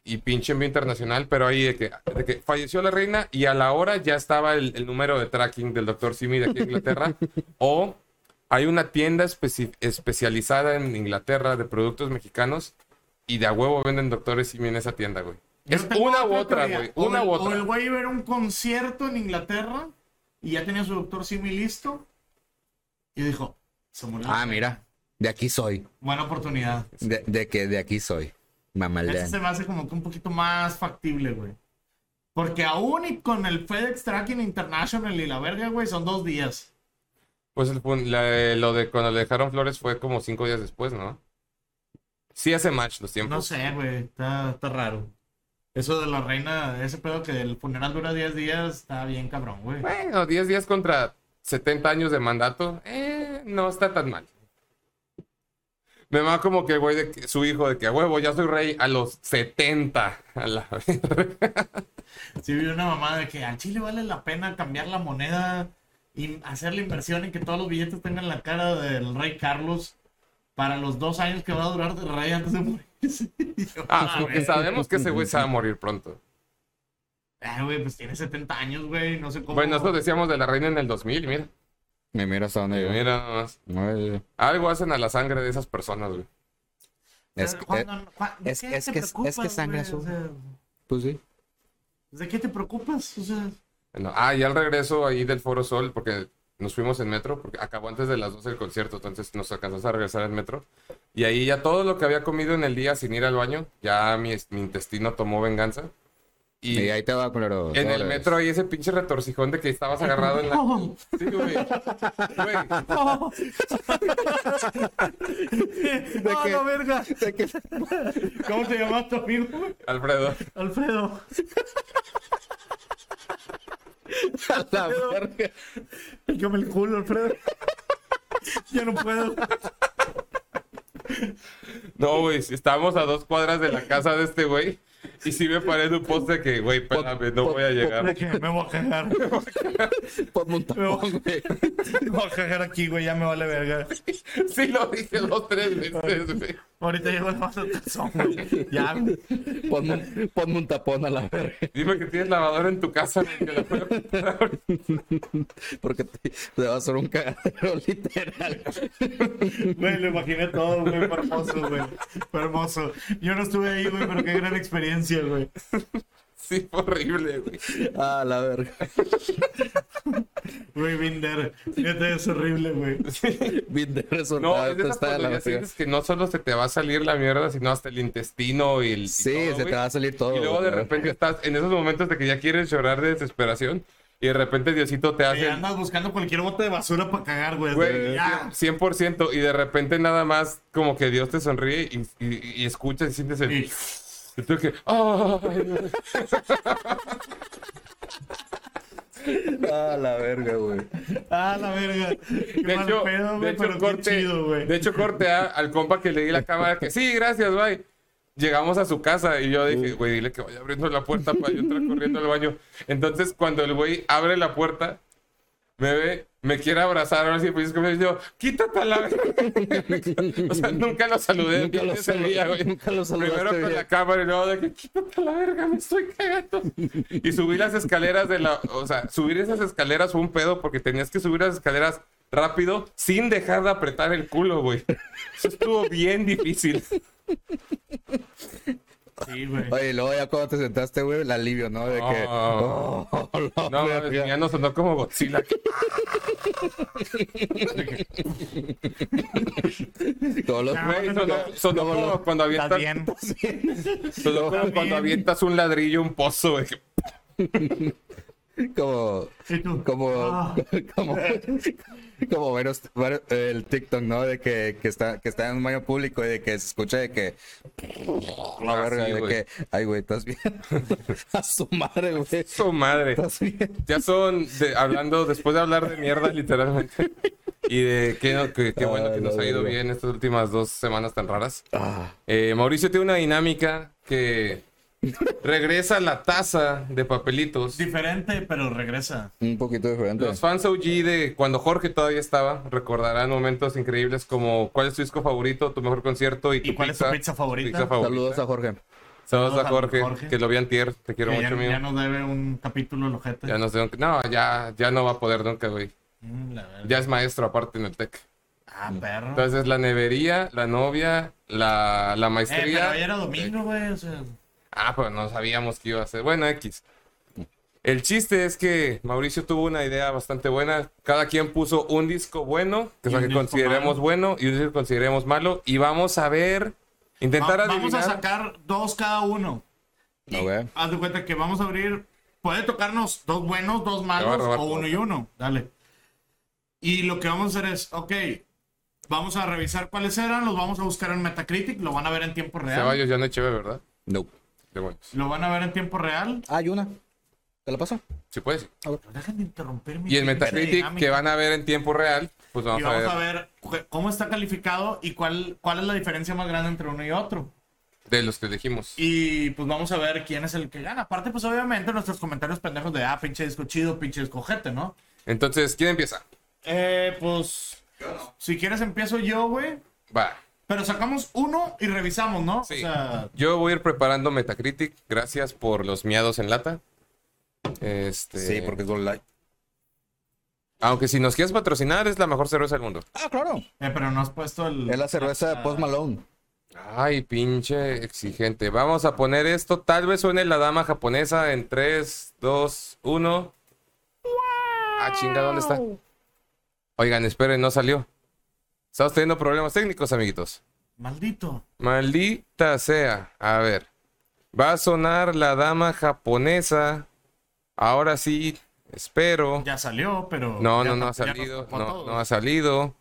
S2: y pinche envío internacional, pero ahí de que, de que falleció la reina y a la hora ya estaba el, el número de tracking del doctor Simi de aquí en Inglaterra, o hay una tienda especi- especializada en Inglaterra de productos mexicanos y de a huevo venden doctores Simi en esa tienda, güey.
S1: yo
S2: Es
S1: tengo
S2: una u otra,
S1: teoría.
S2: güey.
S1: O
S2: Una
S1: el-
S2: u
S1: O el
S2: otra.
S1: güey iba a ver un concierto en Inglaterra y ya tenía su doctor Simi listo. Y dijo, se murió.
S3: Ah, mira. De aquí soy.
S1: Buena oportunidad.
S3: De, de que de aquí soy.
S1: Ese se
S3: Mamaldean.
S1: me hace como que un poquito más factible, güey. Porque aún y con el FedEx Tracking International y la verga, güey, son dos días.
S2: Pues el fun- la de- lo de cuando le dejaron flores fue como cinco días después, ¿no? Sí hace match los tiempos.
S1: No sé, güey, está, está raro. Eso de la reina, ese pedo que el funeral dura 10 días, está bien cabrón, güey.
S2: Bueno, 10 días contra 70 años de mandato, eh, no está tan mal. Me va como que, güey, de que- su hijo, de que, "A huevo, ya soy rey a los 70. A la verga.
S1: Sí vi una mamá de que al Chile vale la pena cambiar la moneda y hacer la inversión en que todos los billetes tengan la cara del rey Carlos para los dos años que va a durar de rey antes de morir.
S2: Ah, porque sabemos que ese güey se va a morir pronto.
S1: Ah, güey, pues tiene 70 años, güey, no sé cómo.
S2: Bueno, nosotros decíamos de la reina en el 2000, mira.
S3: Y mira hasta dónde llegó.
S2: Mira nada más.
S3: Ay,
S2: Algo hacen a la sangre de esas personas, güey.
S3: Es,
S1: Pero, Juan,
S3: eh,
S1: no, Juan, ¿de
S3: es-
S1: qué
S3: es
S1: te
S3: que- es que
S1: preocupas,
S3: sangre
S1: güey? O
S3: azul.
S1: sea,
S3: pues sí.
S1: ¿De qué te preocupas? O sea,
S2: Bueno, ah, y al regreso ahí del Foro Sol, porque nos fuimos en metro, porque acabó antes de las 12 el concierto, entonces nos alcanzamos a regresar en metro. Y ahí ya todo lo que había comido en el día sin ir al baño, ya mi, es- mi intestino tomó venganza. Y
S3: Y ahí te va, culero.
S2: en el
S3: Sobres.
S2: metro hay ese pinche retorcijón de que estabas agarrado en la... Sí, güey. Güey,
S1: No,
S3: qué?
S1: no, verga.
S3: De que-
S1: ¿Cómo te llamas tu amigo?
S2: Alfredo.
S1: Alfredo.
S3: a la verga.
S1: Pícame el culo, Alfredo. Ya no puedo.
S2: No, güey, si estábamos a dos cuadras de la casa de este güey. Y sí me parece un poste que, güey, espérame, no voy a llegar.
S1: De que me voy a cagar. Me
S3: Ponme un tapón, güey.
S1: voy a cagar aquí, güey. Ya me vale verga.
S2: Sí lo dije dos, tres veces, güey.
S1: Ahorita llego la masa calzón, güey. Ya, güey.
S3: Ponme, un- ponme un tapón a la verga.
S2: Dime que tienes lavadora en tu casa, güey, que la puedo comprar ahorita.
S3: Porque te, te va a hacer un cagadero literal.
S1: Güey, lo imaginé todo, güey. Fue hermoso, güey. Fue hermoso. Yo no estuve ahí, güey, pero qué gran experiencia, güey.
S2: Sí, fue horrible, güey.
S3: A la verga.
S1: Güey, Binder. Fíjate, es horrible, güey.
S3: Bien de
S2: No, es
S3: resortado,
S2: de esas
S3: está de
S2: cuando
S3: la
S2: ya
S3: verga.
S2: sientes que no solo se te va a salir la mierda, sino hasta el intestino y el... y todo,
S3: Sí, se
S2: güey.
S3: te va a salir todo.
S2: Y luego de
S3: güey.
S2: repente estás en esos momentos de que ya quieres llorar de desesperación y de repente Diosito te
S1: Y
S2: hace...
S1: Eh, andas buscando cualquier bote de basura para cagar, güey.
S2: Güey,
S1: Ya.
S2: 100% y de repente nada más como que Dios te sonríe y, y, y escuchas y sientes el...
S1: Y-
S2: y tú que, "Ay".
S3: A la verga, güey.
S1: Ah, la verga. Qué
S2: de
S1: mal
S2: hecho,
S1: pedo,
S2: de
S1: güey,
S2: hecho,
S1: pero
S2: corte,
S1: qué chido, güey.
S2: de hecho corte a- al compa que le di la cámara que sí, gracias, bye. Llegamos a su casa y yo dije, güey, dile que vaya abriendo la puerta para yo entrar corriendo al baño. Entonces, cuando el güey abre la puerta, me ve, me quiere abrazar, ahora sí, pues como yo, quítate a la verga". O sea, nunca lo saludé.
S3: Nunca lo
S2: ese
S3: salu-
S2: día, güey.
S3: nunca lo saludaste
S2: Primero con
S3: bien.
S2: la cámara y luego de que quítate a la verga, me estoy cagando. Y subí las escaleras de la. O sea, subir esas escaleras fue un pedo porque tenías que subir las escaleras rápido sin dejar de apretar el culo, güey. Eso estuvo bien difícil.
S1: Sí, güey.
S3: Oye, y luego ya cuando te sentaste, güey, el alivio, ¿no? De que.
S2: Oh.
S3: Oh, la
S2: No, mames,
S3: verga.
S2: ya no sonó como Godzilla.
S3: Todos los-
S1: Ya.
S2: Güey, sonó, sonó
S3: No, no.
S2: como cuando
S1: ¿Estás
S2: avientas,
S1: bien?
S2: sonó como
S1: Está
S2: cuando
S1: bien.
S2: avientas un ladrillo a un pozo, güey.
S3: Como.
S1: ¿Y tú?
S3: Como.
S1: Ah.
S3: Como. Como veros- ver- el TikTok, ¿no? De que, que está, que está en un baño público y de que se escucha de que. La
S2: Ah,
S3: verga,
S2: sí,
S3: de
S2: güey.
S3: que. Ay, güey, estás bien. A su madre, güey. Estás
S2: Su madre.
S3: bien.
S2: Ya son de- hablando, después de hablar de mierda, literalmente. Y de qué, no- qué- qué bueno que
S3: Ay,
S2: nos
S3: la
S2: ha ido
S3: verga.
S2: bien estas últimas dos semanas tan raras.
S3: Ah,
S2: Eh, Mauricio tiene una dinámica que regresa la taza de papelitos.
S1: Diferente, pero regresa.
S3: un poquito diferente.
S2: Los fans OG de cuando Jorge todavía estaba recordarán momentos increíbles como cuál es tu disco favorito, tu mejor concierto y, tu
S1: cuál es tu pizza favorita?
S3: Saludos a Jorge.
S2: Saludos
S1: Saludos
S2: a
S1: a
S2: Jorge,
S1: Jorge.
S2: que lo vi antier. Te quiero
S1: Que
S2: mucho,
S1: ya,
S2: amigo.
S1: ya nos debe un capítulo el ojete.
S2: Ya no sé, no, ya, ya no va a poder nunca, güey.
S1: Mm, la verga.
S2: Ya es maestro aparte en el TEC.
S1: Ah, perro.
S2: Mm. Entonces, la nevería, la novia,
S1: eh,
S2: la, la
S1: pero
S2: maestría.
S1: ayer era domingo, güey. O sea,
S2: Ah, pero no sabíamos que iba a ser. Bueno, X. El chiste es que Mauricio tuvo una idea bastante buena. Cada quien puso un disco bueno,
S1: Y
S2: que, o sea,
S1: un
S2: que
S1: disco
S2: consideremos
S1: malo.
S2: bueno y un disco que consideremos malo. Y vamos a ver, intentar
S1: va-
S2: adivinar.
S1: vamos a sacar dos cada uno.
S3: No, güey.
S1: Haz de cuenta que vamos a abrir. Puede tocarnos dos buenos, dos
S2: Te
S1: malos
S2: voy a robar
S1: o uno
S2: todo.
S1: y uno. Dale. Y lo que vamos a hacer es, ok, vamos a revisar cuáles eran, los vamos a buscar en Metacritic, lo van a ver en tiempo real.
S2: Ceballos ya no es chévere, ¿verdad?
S3: No.
S2: Demonios.
S1: Lo van a ver en tiempo real.
S3: Ah, hay una. ¿Te la paso?
S2: Sí, puedes.
S1: Dejen de interrumpir mi
S2: Y en
S1: pinche
S2: Metacritic,
S1: dinámica.
S2: que van a ver en tiempo real, pues vamos,
S1: Y vamos
S2: a
S1: a
S2: ver
S1: ver cu- cómo está calificado y cuál, cuál es la diferencia más grande entre uno y otro.
S2: de los que elegimos.
S1: Y pues vamos a ver quién es el que gana. Aparte, pues obviamente nuestros comentarios pendejos de, ah, pinche disco chido, pinche escojete, ¿no?
S2: Entonces, ¿quién empieza?
S1: Eh, pues, si quieres empiezo yo, güey.
S2: Va.
S1: Pero sacamos uno y revisamos, ¿no?
S2: Sí.
S1: O sea,
S2: Yo voy a ir preparando Metacritic. Gracias por los miados en lata. Este,
S3: Sí, porque es Gold Light.
S2: Aunque si nos quieres patrocinar, es la mejor cerveza del mundo.
S3: Ah, claro.
S1: eh, pero no has puesto el... Ah,
S3: Es la cerveza de Post Malone.
S2: Ay, pinche exigente. Vamos a poner esto. Tal vez suene la dama japonesa en 3, 2, 1. Ah, chinga, ¿dónde está? Oigan, esperen, no salió. Estamos teniendo problemas técnicos, amiguitos.
S1: Maldito.
S2: Maldita sea. A ver. Va a sonar la dama japonesa. Ahora sí, espero.
S1: Ya salió, pero.
S2: No,
S1: ya
S2: no, no ha
S1: tap- ya nos
S2: salido.
S1: tapó a
S2: No,
S1: todos.
S2: no ha salido.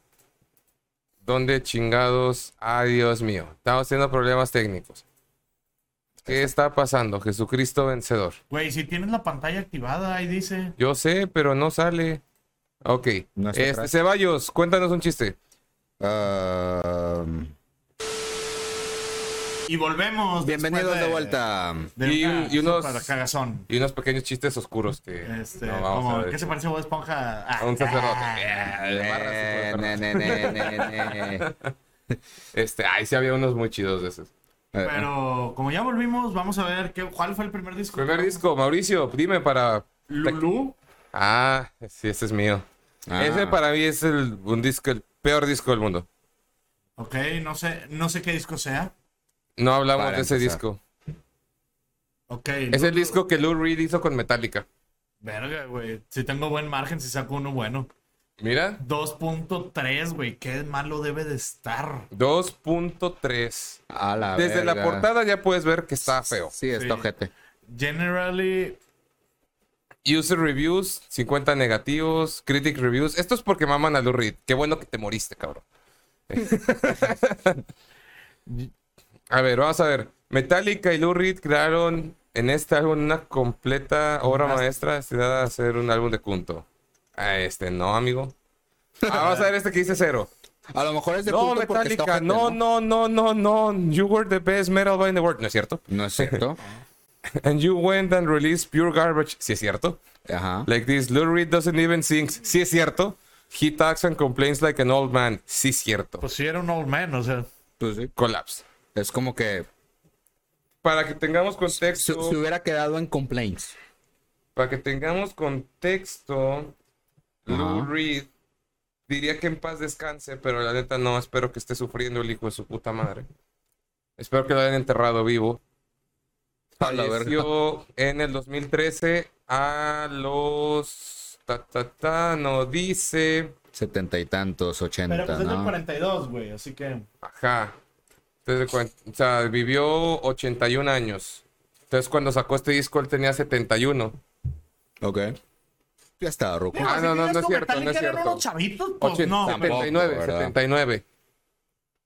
S2: ¿Dónde chingados? Ay, Dios mío. Estamos teniendo problemas técnicos. ¿Qué está pasando? Jesucristo vencedor.
S1: Güey, si tienes la pantalla activada, ahí dice.
S2: Yo sé, pero no sale. Ok.
S3: No está
S2: Este,
S3: atrás.
S2: Ceballos, cuéntanos un chiste.
S3: Ah,
S1: Y volvemos. después
S3: bienvenidos de vuelta.
S1: de
S2: Y
S1: una
S2: un- y unos-
S1: super cagazón.
S2: Y unos pequeños chistes oscuros que.
S1: Este,
S2: no, vamos a
S1: como,
S2: ver.
S1: ¿qué se parece a Bob Esponja? Ah,
S2: A un sacerdote. Eh, barras,
S3: Eh,
S2: barras.
S3: ne, ne, ne, ne, ne.
S2: Este, ahí sí había unos muy chidos de esos.
S1: Pero como ya volvimos, vamos a ver qué, cuál fue el primer disco.
S2: Primer disco, Mauricio, dime para.
S1: Lulú.
S2: Ah, sí, ese es mío.
S3: Ah.
S2: Ese para mí es el, un disco, el peor disco del mundo.
S1: Ok, no sé, no sé qué disco sea.
S2: No hablamos
S3: Para
S2: de ese
S3: empezar.
S2: disco.
S1: Ok.
S2: Es el disco que Lou Reed hizo con Metallica.
S1: Verga, güey. Si tengo buen margen, si saco uno bueno.
S2: Mira,
S1: 2.3, güey. Qué malo debe de estar.
S2: 2.3.
S3: A la
S2: Desde la
S3: verga.
S2: portada ya puedes ver que está feo.
S3: Sí, está
S1: Sí.
S3: ojete.
S1: Generally,
S2: User reviews, 50 negativos, critic reviews. Esto es porque maman a Lou Reed. Qué bueno que te moriste, cabrón. a ver, vamos a ver. Metallica y Lou Reed crearon en este álbum una completa obra maestra destinada a ser un álbum de culto. Ah, este no, amigo. Ah, vamos a ver este que dice cero.
S3: A lo mejor es de
S2: No,
S3: culto porque
S2: Metallica,
S3: está ojete,
S2: no, no, no, no, no. You were the best metal band in the world. ¿No es cierto?
S3: ¿No es cierto?
S2: And you went and released pure garbage. ¿Sí es cierto?
S3: Ajá.
S2: Like this, Lou Reed doesn't even sing. Sí es cierto. He talks and complains like an old man. Sí es cierto.
S1: pues sí era un old man, o sea.
S3: Pues sí.
S2: Collapse.
S3: Es como que
S2: Para que tengamos
S3: se,
S2: contexto,
S3: se hubiera quedado en complaints.
S2: para que tengamos contexto, Lou
S3: Ajá.
S2: Reed diría que en paz descanse, pero la neta no, espero que esté sufriendo el hijo de su puta madre. Espero que lo hayan enterrado vivo.
S3: A la verga.
S2: Falleció en el 2013 a los ta ta ta no dice
S3: Setenta y
S1: Pero
S3: tantos,
S1: pues
S3: ochenta,
S1: es del
S3: ¿no?
S1: 42, güey. Así que.
S2: Ajá. Entonces, cuen- o sea, vivió 81 años. Entonces, cuando sacó este disco, él tenía 71.
S3: Ok. Ya está, Ruco.
S2: Ah,
S1: Así que
S2: no, no,
S1: ya
S2: no es
S1: como
S2: cierto,
S1: tal y
S2: no es
S1: que eran
S2: cierto.
S1: unos chavitos, pues no.
S2: Ochen-
S1: pero-
S2: 79,
S3: ¿verdad?
S2: 79.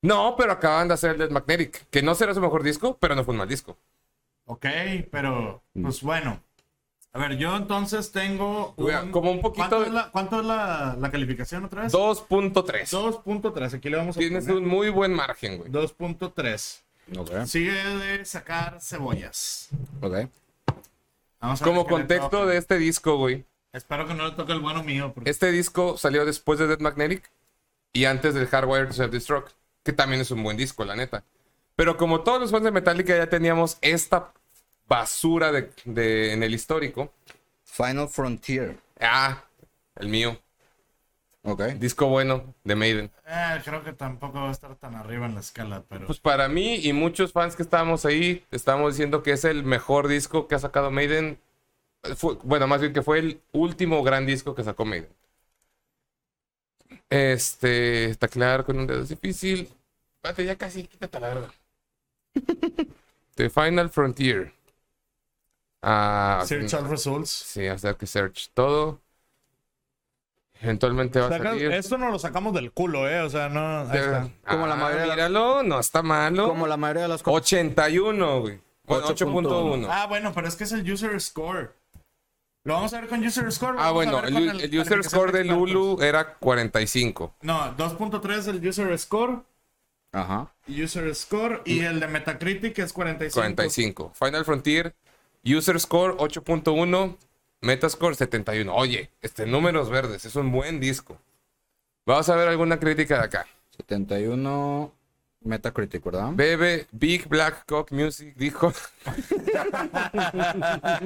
S2: No, pero acaban de hacer el Dead Magnetic, que no será su mejor disco, pero no fue un mal disco.
S1: ok, pero
S2: Mm.
S1: pues bueno. A ver, yo entonces tengo.
S2: Mira, como un poquito
S1: ¿Cuánto
S2: de-
S1: es la, cuánto es la, la calificación otra vez?
S2: 2.3.
S1: 2.3. Aquí le vamos a
S2: Tienes
S1: poner.
S2: un muy buen margen, güey.
S1: 2.3.
S3: Ok.
S1: Sigue de sacar cebollas.
S3: Ok.
S1: Vamos a
S2: Como
S1: ver qué le
S2: contexto
S1: toca.
S2: de este disco, güey.
S1: Espero que no le toque el bueno mío. Porque...
S2: Este disco salió después de Dead Magnetic y antes del Hardwire to Self-Destruct, que también es un buen disco, la neta. Pero como todos los fans de Metallica ya teníamos esta basura de, de- en el histórico.
S3: Final Frontier.
S2: Ah, el mío.
S3: Ok.
S2: Disco bueno de Maiden.
S1: Eh, creo que tampoco va a estar tan arriba en la escala, pero.
S2: Pues para mí y muchos fans que estábamos ahí, estamos diciendo que es el mejor disco que ha sacado Maiden. Fue- bueno, más bien que fue el último gran disco que sacó Maiden. Este, está claro con un dedo es difícil. Espérate, ya casi, quítate la verga. The Final Frontier. Ah,
S1: Search all results.
S2: sí, hacer que search todo. Eventualmente va a
S1: Saca-
S2: salir.
S1: esto no lo sacamos del culo, ¿eh? O sea, no. Ahí está.
S2: Como la
S3: mayoría de la-
S2: Ah, Míralo, no está malo.
S3: Como la mayoría de las cosas.
S2: 81, güey. Bueno, 8.1. Ah,
S1: Ah, bueno, pero es que es el user score. Lo vamos a ver con user score. vamos a
S2: Ah, bueno,
S1: ver
S2: el,
S1: con
S2: u- el user score de
S1: calificación
S2: Lulu era 45.
S1: expertos. No, 2.3 el user score.
S3: Ajá.
S1: User score.
S2: Mm.
S1: Y el de Metacritic es 45.
S2: 45. Final Frontier, user score 8.1, metascore 71. Oye, este números verdes, es un buen disco. Vamos a ver alguna crítica de acá.
S3: 71 Metacritic, ¿verdad?
S2: Bebe Big Black Cock Music dijo: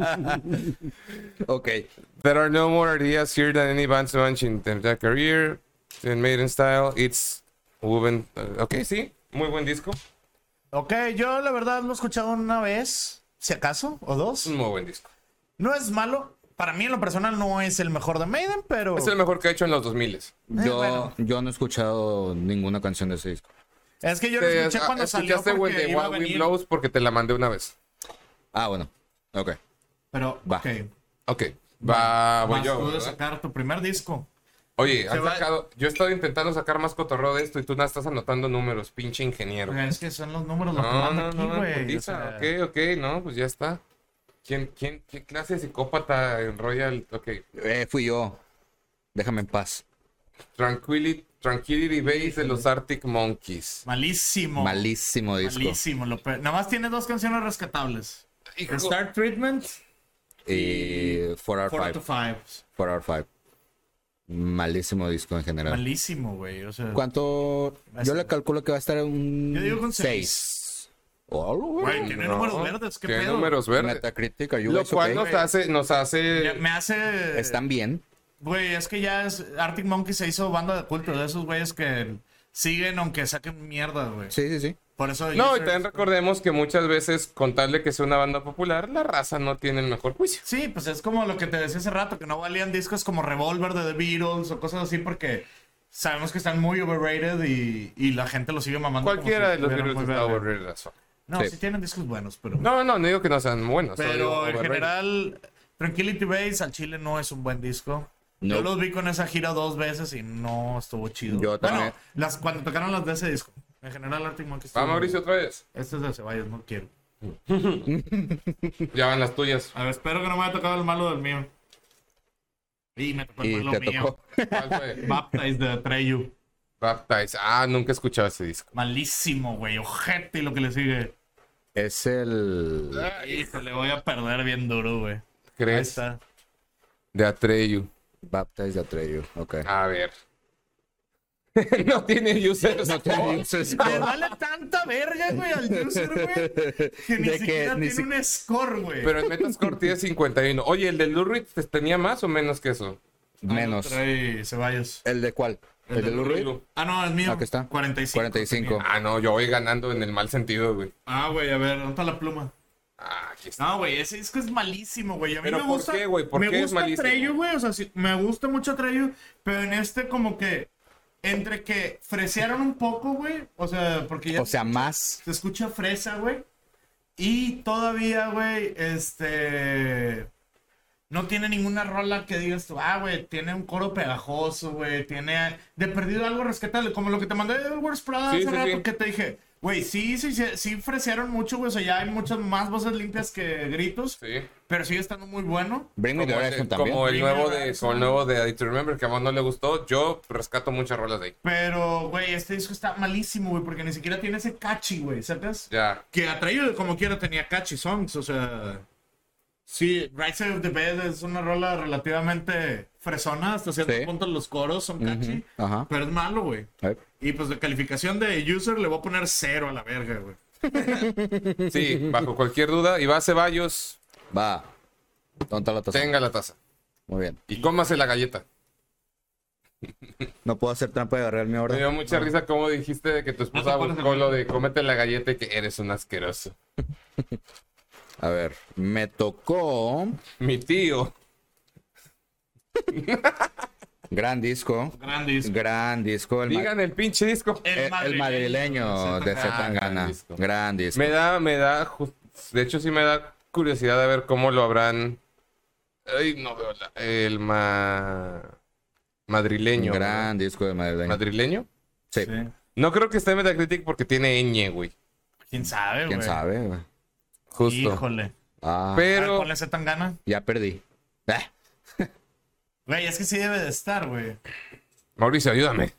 S3: Ok.
S1: Eh,
S2: There are no more ideas here than any band's launch in their career. In Maiden Style, it's woven. uh, ok, sí, muy buen disco.
S1: Ok, yo la verdad lo he escuchado una vez, si acaso, o dos.
S2: Un muy buen disco.
S1: No es malo. Para mí, en lo personal, no es el mejor de Maiden, pero.
S2: Es el mejor que ha hecho en los 2000.
S3: Yo,
S1: bueno.
S3: yo no he escuchado ninguna canción de ese disco.
S1: Es que yo lo
S2: Te-
S1: escuché
S2: ah,
S1: cuando salió
S2: escuchaste, güey,
S1: porque
S2: de
S1: iba a
S2: Wild Wind
S1: venir.
S2: Blows porque te la mandé una vez.
S3: Ah, bueno. Ok.
S1: Pero,
S3: Va.
S1: ok.
S2: Ok, va, Ah, voy
S1: Vas
S2: yo.
S1: tú de
S2: ¿verdad?
S1: sacar tu primer disco.
S2: Oye,
S1: Se
S2: han
S1: va-
S2: sacado- yo he estado intentando sacar más cotorreo de esto y tú no estás anotando números, pinche ingeniero.
S1: Es que son los números los que
S2: No,
S1: manda
S2: no,
S1: aquí,
S2: no,
S1: güey. O sea,
S2: putiza, ok, ok, no, pues ya está. ¿Quién, quién, ¿Qué clase de psicópata enrolla el...? Ok,
S3: Eh, fui yo. Déjame en paz.
S2: Tranquility, Tranquility Base de los Arctic Monkeys.
S1: Malísimo.
S3: Malísimo disco.
S1: Malísimo. Lo pe- Nada más tiene dos canciones rescatables.
S2: Hijo,
S1: Start Treatment,
S3: Y 4
S1: 4
S3: hour
S1: to
S3: 5.
S1: 5.
S3: 4 hour 5. Malísimo disco en general.
S1: Malísimo, güey. O sea,
S3: ¿Cuánto? Yo le calculo que va a estar un
S1: Yo digo que un seis.
S3: 6. Oh,
S1: güey,
S3: güey.
S1: tiene
S2: no,
S1: números verdes. ¿Qué
S2: tiene
S1: pedo?
S2: números verdes.
S3: Metacritic, are you
S2: Lo
S3: guys
S2: cual
S3: okay?
S2: nos hace... Nos
S1: Ya
S2: hace
S1: Me hace.
S3: Están bien.
S1: Güey, es que ya es. Arctic Monkey se hizo banda de culto de esos güeyes que siguen aunque saquen mierda, güey.
S3: Sí, sí, sí.
S1: Por eso.
S2: no, y
S1: User-
S2: también recordemos que muchas veces, con tal de que sea una banda popular, la raza no tiene el mejor juicio.
S1: Sí, pues es como lo que te decía hace rato, que no valían discos como Revolver de The Beatles o cosas así porque sabemos que están muy overrated y, y la gente los sigue mamando. como
S2: Cualquiera
S1: si
S2: de los
S1: estuvieran
S2: virus
S1: muy
S2: está
S1: verga.
S2: overrated as fuck.
S1: No,
S3: Sí.
S1: sí. tienen discos buenos, pero...
S2: No, no, no digo que no sean buenos. solo digo
S1: pero en
S2: overrated.
S1: general, Tranquility Base al Chile no es un buen disco.
S3: No.
S1: Yo los vi con esa gira dos veces y no estuvo chido.
S3: Yo también. Ah,
S1: Bueno, las, cuando tocaron las de ese disco. En general, Arctic Monkeys.
S2: Va,
S1: estuvo-
S2: Mauricio, otra vez.
S1: Este es de Ceballos, no quiero.
S2: Ya van las tuyas.
S1: A ver, espero que no me haya tocado el malo del mío. Y me tocó el
S3: Y
S1: malo
S3: te
S1: pues, mío.
S3: tocó.
S2: ¿Cuál fue?
S1: Baptized de Treyu.
S2: Baptize. Ah, nunca he escuchado ese disco.
S1: Malísimo, güey. Ojete y lo que le sigue.
S3: Es el.
S1: Hijo, le voy a perder bien duro, güey. Ahí
S2: Ah, ¿Crees?
S1: está.
S2: De Atreyu.
S3: Baptized de Atreyu. Ok.
S2: A ver. no tiene users.
S1: Le vale tanta verga, güey, al user, güey. Que ni
S3: De que
S1: siquiera
S3: ni
S1: tiene
S3: si-
S1: un score, güey.
S2: Pero el Metascore tiene 51. Oye, ¿el de Lurid tenía más o menos que eso?
S3: Menos.
S1: Trae Ceballos.
S3: ¿El de cuál? ¿El, de Lurid?
S1: Ah, no, es mío.
S3: Aquí está.
S1: 45.
S3: 45.
S2: Ah, no, yo voy ganando en el mal sentido, güey.
S1: Ah, güey, a ver, ¿dónde está la pluma?
S2: Ah, aquí está.
S1: No, güey, ese disco es malísimo, güey. A mí
S2: Pero
S1: me
S2: ¿por
S1: gusta.
S2: qué, güey? ¿Por
S1: me
S2: qué es
S1: gusta
S2: malísimo?
S1: Treyu, güey. O sea, sí, me gusta mucho Treyu, pero en este como que. Entre que fresearon un poco, güey. O sea, porque ya
S3: O sea, más.
S1: se escucha fresa, güey. Y todavía, güey, este. No tiene ninguna rola que digas tú, ah, güey, tiene un coro pegajoso, güey, tiene de perdido algo rescatable, como lo que te mandé de Worst Prada
S2: Sí,
S1: hace
S2: sí,
S1: rato
S2: sí.
S1: que te dije, güey, sí, sí, sí, sí fresearon mucho, güey, o sea, ya hay muchas más voces limpias que gritos,
S2: Sí.
S1: pero sigue estando muy bueno.
S3: Bring me the
S2: Como el,
S3: Horizon también.
S2: como el
S1: Bring Me
S2: nuevo
S1: the
S2: de,
S1: Horizon.
S2: como el nuevo de I To Remember, que a vos no le gustó, yo rescato muchas rolas de ahí.
S1: Pero, güey, este disco está malísimo, güey, porque ni siquiera tiene ese catchy, güey, ¿sabes?
S2: Ya.
S1: Que atraído como quiera tenía catchy songs, o sea. Sí, Rise of the Bed es una rola relativamente fresona, hasta cierto
S3: Sí.
S1: punto los coros son catchy,
S3: Ujú, ajá.
S1: pero es malo, güey.
S3: Eh,
S1: Y pues de calificación de user le voy a poner cero a la verga, güey.
S2: Sí, bajo cualquier duda. Y va Ceballos,
S3: Va. Tonta la taza.
S2: tenga la taza.
S3: Muy bien.
S2: Y cómase la galleta.
S3: No puedo hacer trampa de agarrar mi
S2: Me
S3: orden.
S2: dio mucha risa como dijiste de que tu esposa
S1: pones
S2: buscó
S1: el-
S2: lo de cómete la galleta y que eres un asqueroso.
S3: A ver. Me tocó.
S2: Mi tío.
S3: Gran disco.
S1: Gran disco.
S3: Gran disco. El, ma-
S2: Digan el pinche disco.
S3: el- el madrileño de Zetangana.
S2: disco.
S3: Gran disco.
S2: Me da, me da, ju- de hecho sí me da curiosidad de ver cómo lo habrán. Ay, no veo la- el ma... madrileño.
S3: Gran disco de
S2: ¿no?
S3: madrileño.
S2: ¿Madrileño?
S3: Sí.
S1: Sí.
S2: No creo que esté en Metacritic porque tiene ñ, güey.
S1: ¿Quién sabe, güey?
S3: ¿Quién sabe? güey?
S2: Justo.
S1: Híjole.
S3: Ah,
S1: Pero...
S2: Pero
S1: Ponle ese tan gana.
S3: ya perdí. Ah,
S1: Güey, es que sí debe de estar, güey.
S2: Mauricio, ayúdame.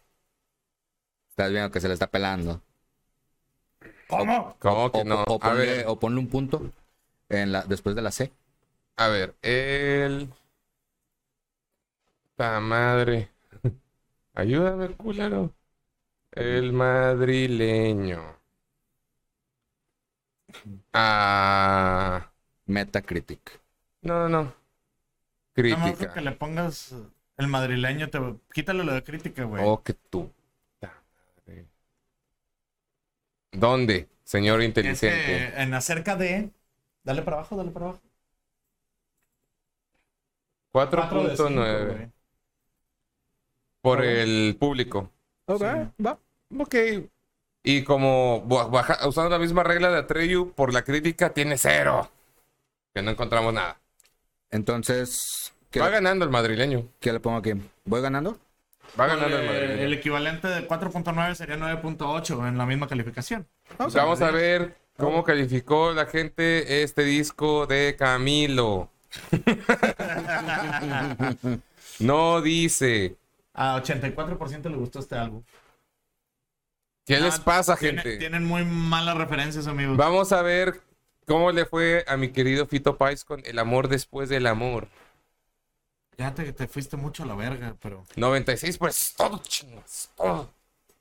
S3: estás viendo que se le está pelando.
S1: ¿Cómo?
S2: ¿Cómo que
S3: O,
S2: no?
S3: o- o
S2: A
S3: ponle,
S2: ver,
S3: o ponle un punto en la, después de la C.
S2: a ver, el. Ta madre. Ayúdame, culero. El madrileño. Ah.
S3: Metacritic.
S2: No, no, no.
S1: No me gusta
S2: Crítica.
S1: que le pongas el madrileño, te... quítale lo de crítica, güey.
S2: Oh, que tú. Ta madre. ¿Dónde, señor
S1: Es
S2: inteligente?
S1: que en acerca de. Dale para abajo, dale para abajo. Cuatro de cinco,
S2: 4.9
S1: güey.
S2: por
S1: Ah, bueno.
S2: el público.
S1: Ok, Sí.
S2: va. Ok. Y como bu- baja- usando la misma regla de Atreyu, por la crítica tiene cero. Que no encontramos nada.
S3: Entonces, ¿qué,
S2: Va ganando el madrileño.
S3: qué le pongo aquí? ¿Voy ganando?
S2: Va ganando el
S1: Eh,
S2: madrileño.
S1: el equivalente de 4.9 sería 9.8 en la misma calificación.
S2: Vamos, a ver cómo calificó la gente este disco de Camilo. no dice.
S1: A 84% le gustó este álbum.
S2: ¿Qué les
S1: Ah,
S2: pasa,
S1: tiene-
S2: gente?
S1: Tienen muy malas referencias, amigos.
S2: Vamos a ver cómo le fue a mi querido Fito Pais con El amor después del amor.
S1: Ya te, te fuiste mucho a la verga, pero.
S2: 96, pues todo chingas. todo.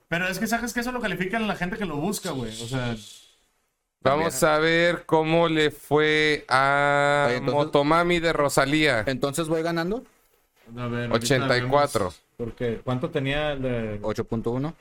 S1: Pero es que sabes que eso lo califican la gente que lo busca, güey. O sea,
S2: Vamos a ver cómo le fue a
S3: Oye, entonces-
S2: Motomami de Rosalía.
S3: Entonces, ¿voy ganando?
S1: a ver. ahorita
S2: 84.
S1: vemos, Porque, ¿cuánto tenía el de.?
S3: 8.1.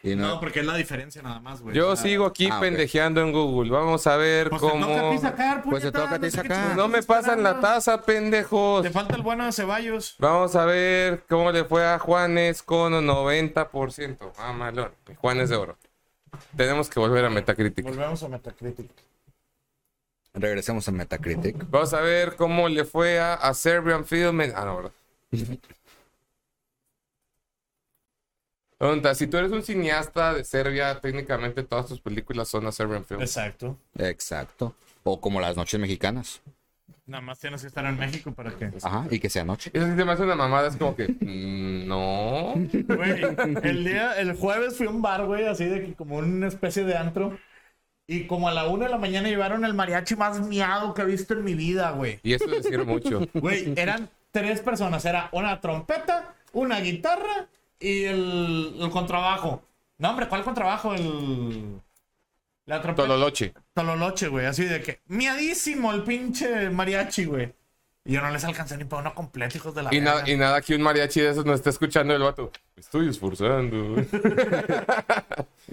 S3: Y no,
S1: No, porque es la diferencia nada más, güey.
S2: Yo
S1: O sea,
S2: sigo aquí
S3: Ah, ok.
S2: pendejeando en Google. Vamos a ver
S1: Pues te
S2: cómo.
S1: toca a ti sacar,
S3: Pues te
S1: puñeta,
S3: toca a ti
S1: no sé qué
S3: sacar.
S1: chingados
S2: No me
S1: estás
S2: pasan la
S1: esperando.
S2: taza, pendejos.
S1: Te falta el bueno de Ceballos.
S2: Vamos a ver cómo le fue a Juanes con 90%. Ah, malón. Juanes de oro. Tenemos que volver a Metacritic.
S1: Volvemos a Metacritic.
S3: regresemos a Metacritic.
S2: Vamos a ver cómo le fue a, a Serbian Film. Ah, no, ¿verdad? Pregunta, si tú eres un cineasta de Serbia, técnicamente todas tus películas son a Serbian Film.
S1: Exacto.
S3: Exacto. O como las noches mexicanas.
S1: Nada más tienes que estar en México para que.
S3: Ajá, y que sea noche.
S2: Eso sí se me hace una mamada, es como que... mm, No.
S1: Güey, el día, el jueves fui a un bar, güey, así de que como una especie de antro. Y como a la una de la mañana llevaron el mariachi más miado que he visto en mi vida, güey.
S2: Y eso es decir mucho.
S1: Güey, eran tres personas. Era una trompeta, una guitarra y el, el contrabajo. No, hombre, ¿cuál contrabajo? El... La trompeta.
S2: Tololoche.
S1: Tololoche, güey. Así de que miadísimo el pinche mariachi, güey. Y yo no les alcancé ni para uno completo, hijos de la
S2: Y, nada
S1: verga.
S2: y nada que un mariachi de esos nos está escuchando el vato. "Me Estoy esforzando.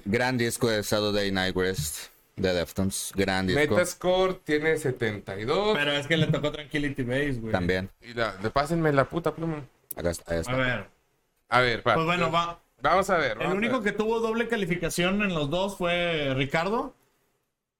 S3: Gran disco de Saturday Night Rest de Deftones. Gran disco.
S2: Metascore tiene 72.
S1: Pero es que le tocó Tranquility Base, güey.
S3: También.
S2: Y la, le- pásenme la puta pluma.
S3: Acá está, ahí
S1: A
S3: está.
S1: ver.
S2: A ver, va.
S1: Pues bueno, va.
S2: Vamos a ver.
S1: El
S2: vamos a
S1: único
S2: ver.
S1: que tuvo doble calificación en los dos fue Ricardo.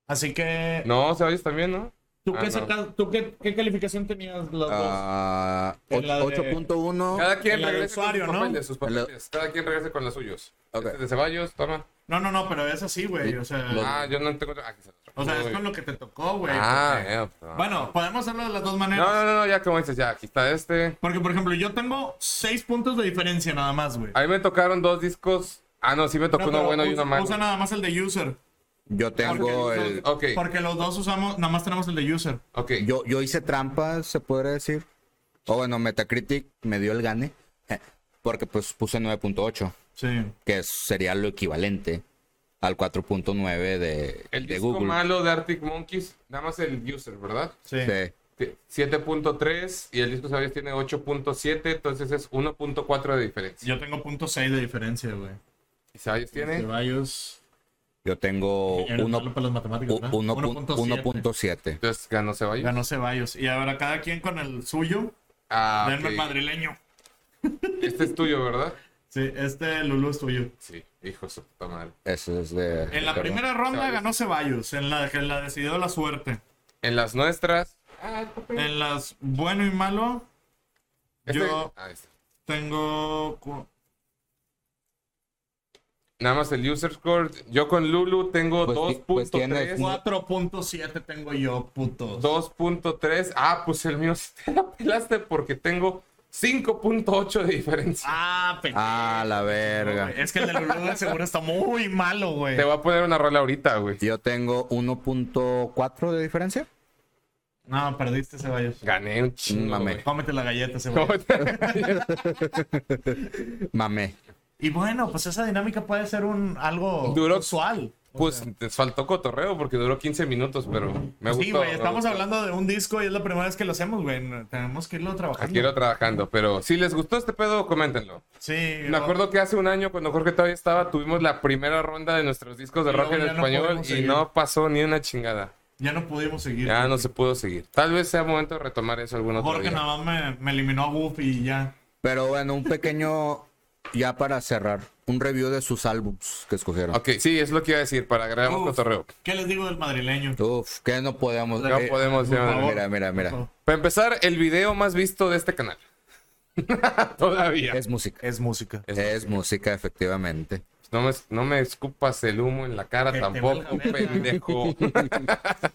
S1: Así que.
S2: No, se oyes también, ¿no?
S1: ¿Tú,
S2: Ah,
S1: qué,
S2: no.
S1: saca- ¿tú qué, qué calificación tenías los dos?
S3: Ah,
S1: En la de-
S3: 8.1.
S2: Cada quien
S1: el
S2: regrese
S1: usuario,
S2: con sus
S1: ¿no?
S2: papeles, sus papeles. Cada quien regrese con los suyos.
S3: Ok.
S2: Este de Ceballos, toma.
S1: No, no, no, pero es así, güey. O sea,
S2: Ah, yo no tengo... Ah, aquí está otro.
S1: o sea es
S2: Muy
S1: con
S2: bien.
S1: lo que te tocó, güey.
S2: Ah,
S1: porque-
S2: eh,
S3: pues,
S2: perdón.
S1: Bueno, podemos hacerlo de las dos
S2: No,
S1: maneras.
S2: no, no, no, ya como dices, ya, aquí está este.
S1: Porque, por ejemplo, yo tengo seis puntos de diferencia nada más, güey.
S2: A mí me tocaron dos discos. Ah, no, sí me tocó
S1: No,
S2: uno
S1: pero
S2: bueno y
S1: usa-
S2: uno malo.
S1: Usa nada más el de user.
S3: Yo tengo el.
S2: Ok,
S1: Porque los dos usamos, nada más tenemos el de user.
S2: ok.
S3: Yo, yo hice trampa, se podría decir. O bueno, Metacritic me dio el gane. eh, Porque pues puse 9.8,
S1: Sí.
S3: que es- sería lo equivalente al 4.9 de,
S2: El
S3: de
S2: disco
S3: Google.
S2: malo de Arctic Monkeys, nada más el user, ¿verdad?
S1: Sí.
S3: Sí.
S2: T- 7.3 y el disco Sabios tiene 8.7, entonces es 1.4 de diferencia.
S1: Yo tengo punto seis de diferencia, güey.
S2: Y Sabios tiene
S1: Ceballos.
S3: Yo tengo
S1: Eres
S3: uno-
S1: malo para las matemáticas,
S3: u-
S1: ¿verdad?
S3: uno pun-
S1: 1.7.
S3: 1.7.
S2: entonces ganó Ceballos.
S1: Ganó Ceballos. Y ahora cada quien con el suyo.
S2: Ah,
S1: Denme el
S2: ok.
S1: madrileño.
S2: Este es tuyo, ¿verdad?
S1: Sí, este Lulú es tuyo.
S2: Sí, hijo de su puta madre.
S3: Eso es de.
S1: En la
S3: perdón.
S1: primera ronda
S2: Ceballos.
S1: ganó Ceballos. En la que la decidió la suerte.
S2: En las nuestras. Ah, el papel.
S1: En las bueno y malo,
S2: Este-
S1: yo-
S2: ah, este.
S1: tengo. cu-
S2: Nada más el user score. Yo con Lulu tengo
S3: Pues ti- pues tienes
S2: 2.3.
S3: un-
S1: 4.7 tengo yo, puto.
S2: 2.3. Ah, pues el mío sí te la pelaste porque tengo 5.8 de diferencia.
S1: Ah, pendejo.
S3: Ah, la verga.
S1: güey. Es que el de Lulú de seguro está muy malo, güey.
S2: Te voy a poner una rola ahorita, güey.
S3: Yo tengo 1.4 de diferencia.
S1: No, perdiste, Ceballos.
S2: Gané un chingo,
S3: Mame.
S2: güey.
S1: Cómete la galleta, Ceballos.
S3: Mamé.
S1: Y bueno, pues esa dinámica puede ser un algo
S2: Duró-
S1: usual. O
S2: Pues
S1: sea,
S2: te faltó cotorreo porque duró 15 minutos, pero me gustó.
S1: sí, güey,
S2: me
S1: estamos
S2: gustó.
S1: hablando de un disco y es la primera vez que lo hacemos, güey. Tenemos que irlo trabajando.
S2: Aquí lo trabajando, pero si les gustó este pedo, coméntenlo.
S1: Sí.
S2: Me acuerdo que hace un año, cuando Jorge todavía estaba, tuvimos la primera ronda de nuestros discos de
S1: Y
S2: rock
S1: luego
S2: en
S1: ya no
S2: español
S1: pudimos
S2: y
S1: seguir.
S2: no pasó ni una chingada.
S1: Ya no pudimos seguir.
S2: Ya no se pudo seguir. Tal vez sea momento de retomar eso algún otro
S1: Jorge
S2: día.
S1: nada más me, me eliminó a Woof y ya.
S3: Pero bueno, un pequeño ya para cerrar, un review de sus álbums que escogieron.
S2: Ok, sí, es lo que iba a decir para agregar un
S1: Uf.
S2: cotorreo.
S1: ¿Qué les digo del madrileño?
S3: Uf, que no podemos.
S2: No
S3: eh,
S2: podemos.
S1: por
S2: ya-
S1: favor.
S3: Mira, mira, mira.
S2: Para empezar, el video más visto de este canal. Todavía.
S3: Es música.
S1: Es música.
S2: Es-
S3: Es música, efectivamente.
S2: No, me, no me escupas el humo en la cara
S1: Que te
S2: tampoco,
S1: valga verga.
S2: pendejo.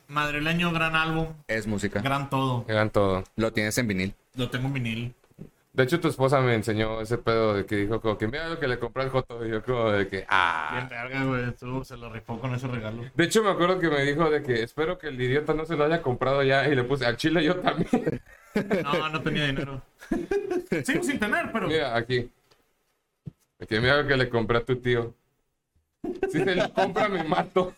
S1: Madrileño, gran álbum,
S3: Es música.
S1: gran todo.
S2: Eran todo.
S3: Lo tienes en vinil.
S1: Lo tengo en vinil.
S2: De hecho, tu esposa me enseñó ese pedo de que dijo como que mira lo que le compré al Joto. Y yo como de que,
S1: Bien
S2: ah.
S1: verga, güey. Tú se lo rifó con ese regalo.
S2: De hecho, me acuerdo que me dijo de que espero que el idiota no se lo haya comprado ya. Y le puse, al chile yo también.
S1: No, no tenía dinero. Sigo sin tener, pero.
S2: mira, aquí. De que mira lo que le compré a tu tío. Si se lo compra, me mato.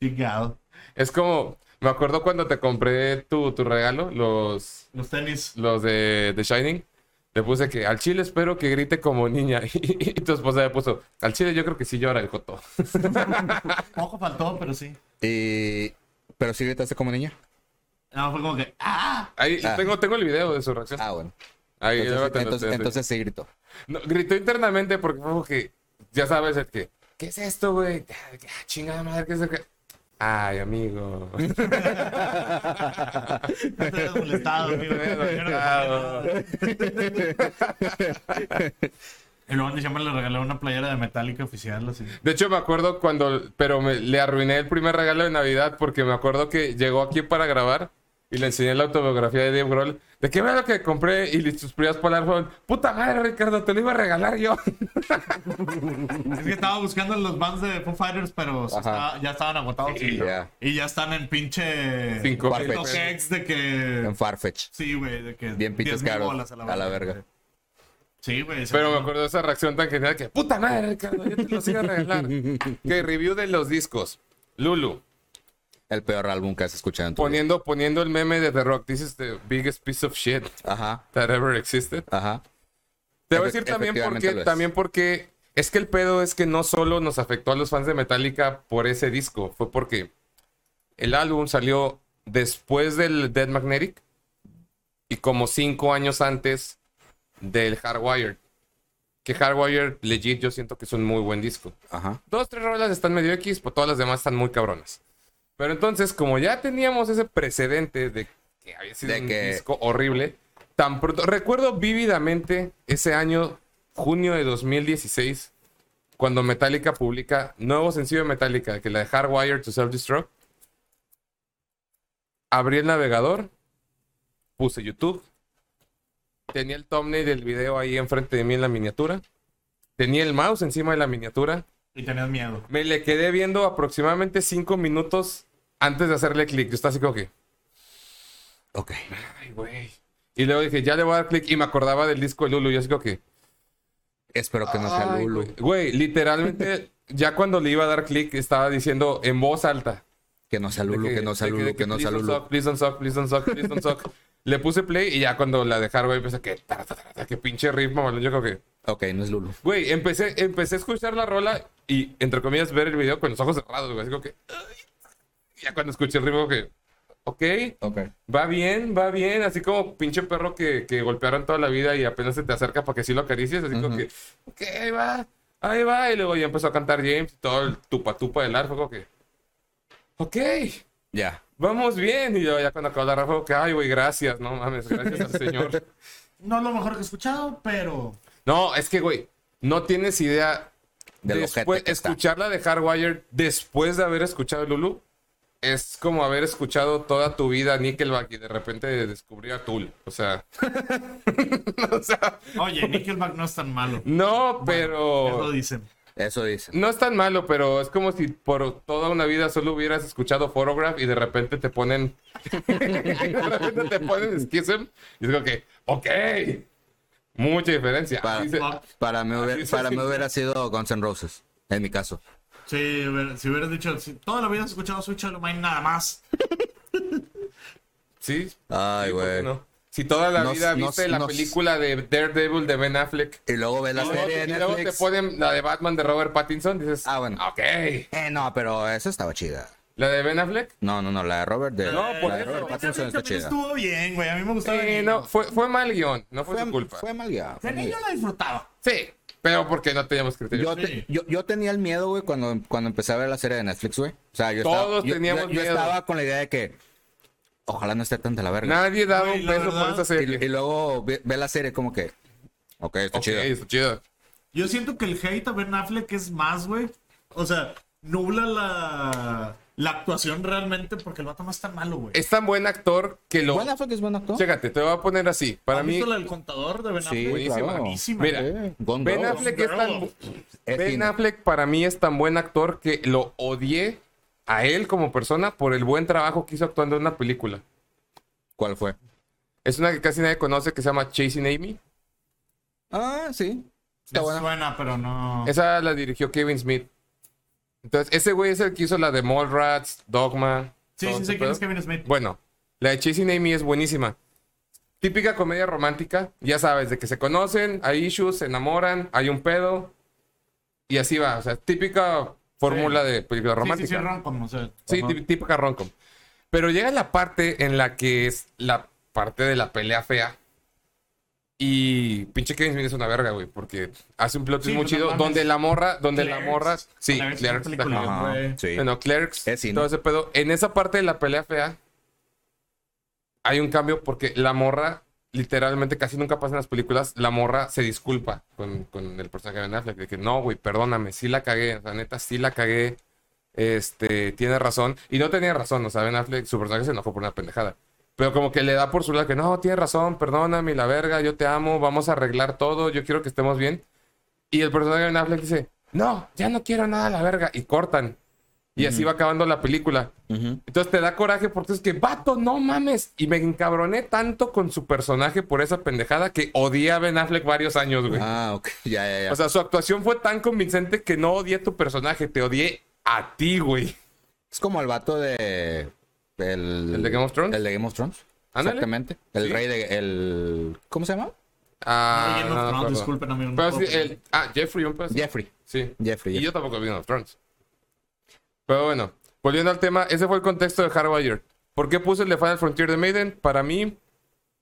S1: Chingado.
S2: Es como, me acuerdo cuando te compré tu, tu regalo, los,
S1: Los tenis.
S2: los de The Shining. Le puse que al chile espero que grite como niña. Y, tu esposa le puso, al chile yo creo que sí llora el Joto.
S1: Poco faltó, pero sí.
S3: Y... Pero sí gritaste como niña.
S1: No, fue como que. ¡Ah!
S2: Ahí
S3: Ah.
S2: tengo, tengo el video de su reacción.
S3: Ah, bueno.
S2: Ahí, luego
S3: Entonces,
S2: te lo-
S3: entonces,
S2: te-
S3: entonces sí gritó.
S2: No, gritó internamente porque fue como que, ya sabes, el que, ¿qué es esto, güey? Ah, chingada madre, ¿qué es esto? Ay, amigo.
S1: No te hayas molestado, amigo.
S2: Claro.
S1: Y luego en diciembre le regalé una playera de Metallica oficial, así.
S2: De hecho, me acuerdo cuando, pero me, le arruiné el primer regalo de Navidad porque me acuerdo que llegó aquí para grabar y le enseñé la autobiografía de Dave Grohl. ¿De qué era lo que compré? Y sus primeras palabras fueron, puta madre, Ricardo, te lo iba a regalar yo.
S1: Es que estaba buscando los bands de Foo Fighters, pero se
S3: Ajá.
S1: estaba- ya estaban agotados.
S2: Sí,
S1: y,
S3: ya.
S1: y ya están en pinche.
S2: Cinco
S1: en
S2: mil
S1: OKX
S2: pesos.
S1: de que.
S3: En Farfetch.
S1: Sí, güey, de que.
S3: Bien pinches
S1: 10,000
S3: caros.
S1: bolas
S3: A la verga.
S1: Sí, güey. sí.
S2: Pero me acuerdo de esa reacción tan genial que, puta madre, Ricardo, yo te los iba a regalar. que review de los discos. Lulu,
S3: El peor álbum que has escuchado en tu vida.
S2: poniendo, poniendo el meme de The Rock, this is the biggest piece of shit
S3: Ajá,
S2: that ever existed.
S3: ajá.
S2: Te voy a
S3: Efe-
S2: decir también
S3: efectivamente
S2: porque,
S3: lo es.
S2: también porque es que el pedo es que no solo nos afectó a los fans de Metallica por ese disco, fue porque el álbum salió después del Dead Magnetic y como cinco años antes del Hardwired. Que Hardwired, legit, yo siento que es un muy buen disco.
S3: Ajá.
S2: Dos, tres rolas están medio X, pero todas las demás están muy cabronas. Pero entonces, como ya teníamos ese precedente de que había sido
S3: De
S2: un
S3: que-
S2: disco horrible, tan pronto. Recuerdo vívidamente ese año, junio de 2016, cuando Metallica publica nuevo sencillo de Metallica, que la de Hardwired to Self-Destruct. Abrí el navegador, puse YouTube, tenía el thumbnail del video ahí enfrente de mí en la miniatura, tenía el mouse encima de la miniatura,
S1: Y tenías miedo.
S2: me le quedé viendo aproximadamente cinco minutos antes de hacerle clic. Yo estaba así como que,
S3: Ok.
S2: ay, güey. Y luego dije, ya le voy a dar clic. Y me acordaba del disco de Lulu. Yo así como que,
S3: Espero que no sea
S2: ay,
S3: Lulu.
S2: güey. Güey, literalmente, ya cuando le iba a dar clic, estaba diciendo en voz alta.
S3: Que no sea
S2: de
S3: Lulu, que no sea
S2: de
S3: Lulu,
S2: de
S3: que no sea
S2: please don't
S3: Lulu.
S2: suck, Please don't suck, please don't suck, please don't suck. Le puse play y ya cuando la dejaron, güey, pensé que, ta, ta, ta, ta, que pinche ritmo, Yo como que,
S3: Ok, no es Lulu.
S2: Güey, empecé, empecé a escuchar la rola y, entre comillas, ver el video con los ojos cerrados, güey. Así como que... "Ay". Ya cuando escuché el ritmo, que... Ok,
S3: Ok.
S2: va bien, va bien. Así como pinche perro que, que golpearon toda la vida y apenas se te acerca para que sí lo acaricies. Así como
S3: Ujú.
S2: que... Ok, ahí va, ahí va. Y luego ya empezó a cantar James y todo el tupa tupa del arco, como que... Ok,
S3: Ya.
S2: vamos bien. Y yo ya cuando acabó la rafa, como que... Ay, güey, gracias. No mames, gracias al señor.
S1: No es lo mejor que he escuchado, pero.
S2: No, es que, güey, no tienes idea.
S3: De lo
S2: después,
S3: ojete que está.
S2: escucharla de Hardwired después de haber escuchado Lulu es como haber escuchado toda tu vida Nickelback y de repente descubrir a Tool. O sea, o sea,
S1: Oye, Nickelback no es tan malo.
S2: no,
S1: Eso
S2: pero
S1: dicen.
S3: Eso dicen.
S2: no es tan malo, pero es como si por toda una vida solo hubieras escuchado Photograph y de repente te ponen, y de repente te ponen Schism y es como que, ok, mucha diferencia.
S3: Para-
S2: Así se-
S3: Para mí, hubiera-
S2: Así se
S3: para mí
S2: siente.
S3: hubiera sido Guns N' Roses, en mi caso.
S1: Sí, hubiera- si hubieras dicho, si toda la vida has escuchado Switch of Mine, nada más.
S2: Sí.
S3: Ay,
S2: Sí, ¿por
S3: güey.
S2: qué no? Si toda la
S3: Nos-
S2: vida
S3: nos-
S2: viste la
S3: nos-
S2: película de Daredevil de Ben Affleck.
S3: Y luego ves la
S2: y luego-
S3: serie de
S2: y luego te
S3: Netflix.
S2: ponen la de Batman de Robert Pattinson, dices,
S3: Ah, bueno.
S2: ok.
S3: Eh, no, pero eso estaba chida.
S2: ¿La de Ben Affleck?
S3: No, no, no, la de Robert de.
S1: Eh,
S2: No, por
S3: la de
S2: eso.
S3: Robert Pattinson está
S1: También
S3: chida.
S1: estuvo bien, güey. A mí me gustaba.
S2: Sí,
S1: el-
S2: no, fue, fue mal guión, no fue, su culpa.
S3: Fue mal guiado.
S1: De
S3: fue mal
S1: niño
S3: guiado.
S1: la disfrutaba.
S2: Sí, pero porque no teníamos criterio.
S3: Yo, te- yo, yo tenía el miedo, güey, cuando, cuando empecé a ver la serie de Netflix, güey. O sea, yo estaba,
S2: Todos
S3: yo-
S2: teníamos
S3: yo- yo
S2: miedo.
S3: estaba con la idea de que ojalá no esté tanta la verga.
S2: Nadie daba
S1: Güey,
S2: un
S1: la
S2: peso por
S1: verdad,
S2: esta
S3: Y,
S2: serie.
S3: y luego ve, ve la serie como que, ok, está
S2: Ok,
S3: chido.
S2: está chido.
S1: Yo siento que el hate a Ben Affleck es más, güey. O sea, nubla la, la actuación realmente porque el vato no es tan malo, güey.
S2: Es tan buen actor que lo.
S3: Bueno, fue que es buen actor.
S2: Chécate, te voy a poner así. Para
S1: ¿Han
S2: mí,
S1: visto la del contador de Ben
S3: Sí,
S1: Affleck?
S2: buenísima.
S3: claro.
S1: Buenísima.
S2: Mira,
S3: Sí, Gone
S2: Ben
S3: Girl.
S2: Affleck es tan. bu-
S3: Es
S2: Ben
S3: cine.
S2: Affleck para mí es tan buen actor que lo odié a él como persona por el buen trabajo que hizo actuando en una película.
S3: ¿Cuál fue?
S2: Es una que casi nadie conoce que se llama Chasing Amy.
S3: Ah, sí.
S1: Me
S3: Está buena.
S1: suena, pero no.
S2: Esa la dirigió Kevin Smith. Entonces, ese güey es el que hizo la de Mallrats, Dogma.
S1: sí,
S2: todo
S1: sí,
S2: ese
S1: sé quién es
S2: pedo.
S1: Kevin Smith.
S2: Bueno, la de Chasing Amy es buenísima. Típica comedia romántica, ya sabes, de que se conocen, hay issues, se enamoran, hay un pedo. Y así va, o sea, típica fórmula de película
S1: Sí, sí, sí,
S2: romántica.
S1: rom-com, o sea.
S2: Sí,
S1: ajá.
S2: tí- típica romcom. Pero llega la parte en la que es la parte de la pelea fea. Y pinche Kevin Smith es una verga, güey, porque hace un plot twist
S1: Sí,
S2: muy
S1: pues no
S2: chido
S1: mames.
S2: donde la morra, donde la
S1: Clerks.
S2: morra, sí,
S1: La versión
S2: Clerks, está
S1: película.
S2: cabrón.
S3: Ajá,
S1: güey.
S3: sí.
S2: Bueno, Clerks,
S3: Es cine.
S2: todo ese pedo. En esa parte de la pelea fea hay un cambio porque la morra, literalmente casi nunca pasa en las películas, la morra se disculpa con, con el personaje de Ben Affleck. De que no, güey, perdóname, sí la cagué, la neta, sí la cagué. Este, tiene razón. Y no tenía razón, o sea, Ben Affleck, su personaje se enojó por una pendejada. Pero como que le da por su lado que no, tiene razón, perdóname, y la verga, yo te amo, vamos a arreglar todo, yo quiero que estemos bien. Y el personaje de Ben Affleck dice, no, ya no quiero nada a la verga. Y cortan. Y así va acabando la película.
S3: Ujú.
S2: Entonces te da coraje porque es que, vato, no mames. Y me encabroné tanto con su personaje por esa pendejada que odié a Ben Affleck varios años, güey.
S3: Ah, ok. Ya, ya, ya.
S2: O sea, su actuación fue tan convincente que no odié a tu personaje, te odié a ti, güey.
S3: es como el vato de. El,
S2: ¿El de Game of Thrones?
S3: El de Game of Thrones.
S2: Ándale.
S3: Exactamente. El
S2: Sí.
S3: rey de. El, ¿Cómo se llama?
S2: Ah,
S1: Ay, Game of
S2: no, no
S1: Thrones,
S2: acuerdo.
S1: disculpen, amigo, no
S2: Pero
S1: puedo
S2: sí,
S1: opinar.
S2: el- ah, Jeffrey, un pedazo.
S3: Jeffrey.
S2: Sí.
S3: Jeffrey.
S2: Y yo tampoco vi Game of Thrones. Pero bueno, volviendo al tema, ese fue el contexto de Hardwired. ¿Por qué puse el de Final Frontier de Maiden? Para mí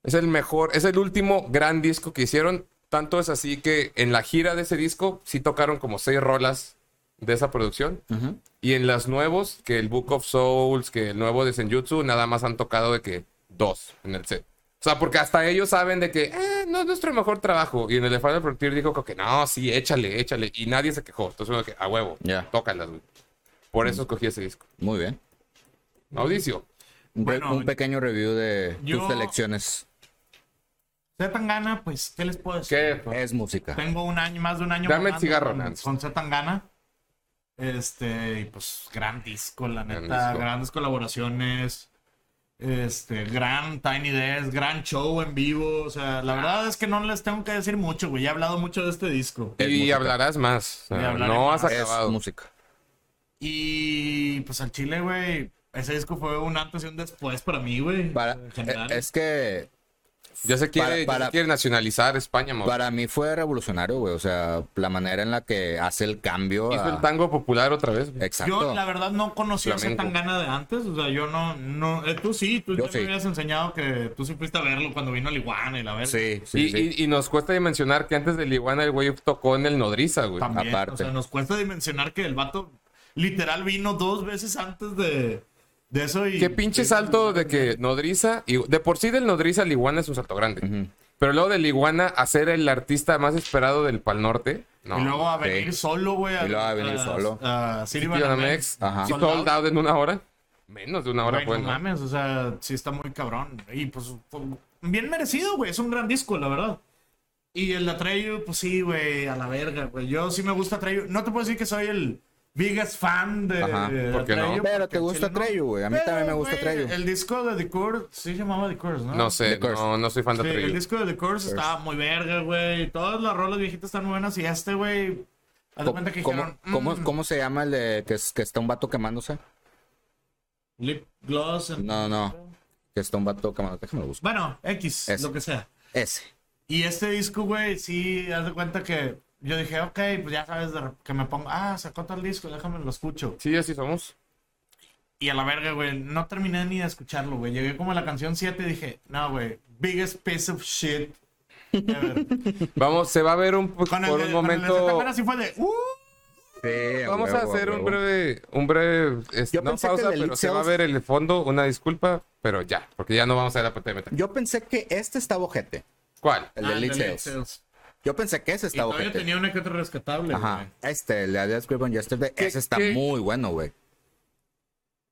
S2: es el mejor, es el último gran disco que hicieron. Tanto es así que en la gira de ese disco sí tocaron como seis rolas de esa producción.
S3: Ujú.
S2: Y en las nuevos, que el Book of Souls, que el nuevo de Senjutsu, nada más han tocado de que dos en el set. O sea, porque hasta ellos saben de que "Eh, no es nuestro mejor trabajo. Y en el de Final Frontier dijo como que no, sí, échale, échale. Y nadie se quejó. Entonces, como que a huevo,
S3: Ya. Mm.
S2: tócalas, güey. Por eso escogí ese disco.
S3: Muy bien.
S2: Audicio.
S3: Un pe-
S1: Bueno,
S3: un pequeño review de
S1: yo-
S3: tus selecciones.
S1: Zetangana, pues, ¿qué les puedo decir?
S2: ¿Qué?
S3: Es música.
S1: Tengo un año, más de un año.
S2: Dame el
S1: mamando
S2: cigarro,
S1: con,
S2: Nance.
S1: con Z Tangana. Este, y pues, gran disco, la
S2: Gran
S1: neta.
S2: disco.
S1: Grandes colaboraciones. Este, gran Tiny Desk, gran show en vivo. O sea,
S2: Ah.
S1: la verdad es que no les tengo que decir mucho, güey. Ya he hablado mucho de este disco.
S3: Es
S2: Y
S3: música.
S2: hablarás más. O sea,
S1: Y hablaré
S2: no has
S1: más.
S3: Es
S2: acabado.
S3: música.
S1: Y pues al chile, güey. Ese disco fue un antes y un después para mí, güey.
S3: Para-
S1: En general.
S3: eh, es que
S2: Ya se quiere,
S3: Para-
S2: ya
S3: para-
S2: se quiere nacionalizar España, Mau.
S3: para mí fue revolucionario, güey. O sea, la manera en la que hace el cambio.
S2: Hizo
S3: a-
S2: el tango popular otra vez. güey.
S3: Exacto.
S1: Yo, la verdad, no conocía a
S2: Flamenco.
S1: Zetangana de antes. O sea, yo no. no eh, tú sí, tú
S3: Yo
S1: ya
S3: sí.
S1: me habías enseñado que tú sí fuiste a verlo cuando vino el Iguana y la verga.
S3: Sí, sí,
S2: y,
S3: sí.
S2: y- y nos cuesta mencionar que antes del Iguana el güey tocó en el Nodriza, güey.
S1: También.
S3: aparte.
S1: O sea, nos cuesta dimensionar que el vato literal vino dos veces antes de, de eso. Y,
S2: Qué pinche salto de que Nodriza, y de por sí del Nodriza al Iguana es un salto grande. Pero luego del Iguana a ser el artista más esperado del Pal Norte, no.
S1: Y luego a
S3: sí.
S1: venir solo, güey.
S3: Y luego a venir solo.
S1: A City
S2: Banamex,
S1: Banamex.
S3: Ajá.
S2: sí,
S1: Sold out.
S2: sold out en una hora. Menos de una hora
S1: Güey,
S2: fue,
S1: no
S2: ¿no?
S1: mames, o sea, sí está muy cabrón. Y pues, fue bien merecido, güey. Es un gran disco, la verdad. Y el de Atreyu, pues sí, güey, a la verga, güey. Yo sí me gusta Atreyu. No te puedo decir que soy el biggest fan de,
S3: Ajá,
S1: de
S2: ¿por qué no?
S1: Atreyu,
S3: Pero
S1: porque
S3: te gusta
S1: al chile no.
S3: Atreyu, güey. A mí
S1: Pero,
S3: también me gusta
S1: güey,
S3: Atreyu.
S1: El disco de The Course, sí se llamaba The Course, ¿no?
S2: No sé,
S3: The Curse.
S2: no, no soy fan de
S1: Sí,
S2: Atreyu.
S1: el disco de The Course estaba muy verga, güey. Todas las rolas viejitas están buenas y este, güey. Haz de
S3: Co-
S1: cuenta que
S3: ¿Cómo,
S1: dijeron.
S3: cómo,
S1: mm,
S3: cómo se llama el de que, es- que está un vato quemándose?
S1: Lip Gloss. and-
S3: No, no. Que está un vato quemándose. Déjame lo busco.
S1: Bueno, X,
S3: Ese.
S1: lo que sea.
S3: Ese.
S1: Y este disco, güey, sí, haz de cuenta que yo dije, ok, pues ya sabes de rep- que me pongo, ah, sacó tal disco, déjame lo escucho.
S2: Sí, así somos.
S1: Y a la verga, güey, no terminé ni de escucharlo, güey. Llegué como a la canción 7 y dije, no, güey, biggest piece of shit. ever".
S2: Vamos, se va a ver un, por
S1: Con el de-
S2: un
S1: con el de Santa
S2: momento.
S1: Clara sí fue de, "Uh".
S3: Sí,
S2: Vamos a
S3: huevo,
S2: hacer un
S3: huevo.
S2: breve, un breve, este,
S3: Yo
S2: no
S3: pensé que
S2: pausa,
S3: el
S2: pero
S3: Elite
S2: se va a
S3: Seos-
S2: ver el fondo, una disculpa, pero ya, porque ya no vamos a ver la pantalla de metal.
S3: Yo pensé que este estaba ojete.
S2: ¿Cuál?
S3: El
S1: Ah,
S3: de
S1: el
S3: Elite
S1: de Elite
S3: Sales.
S1: Sales.
S3: Yo pensé que
S1: Y
S3: ese estaba
S1: todavía
S3: ojete.
S1: tenía una que otra rescatable, güey.
S3: Ajá. Este, el de Adidas Grip on Yesterday,
S2: ¿Qué-
S3: ese está
S2: qué?
S3: muy bueno, güey.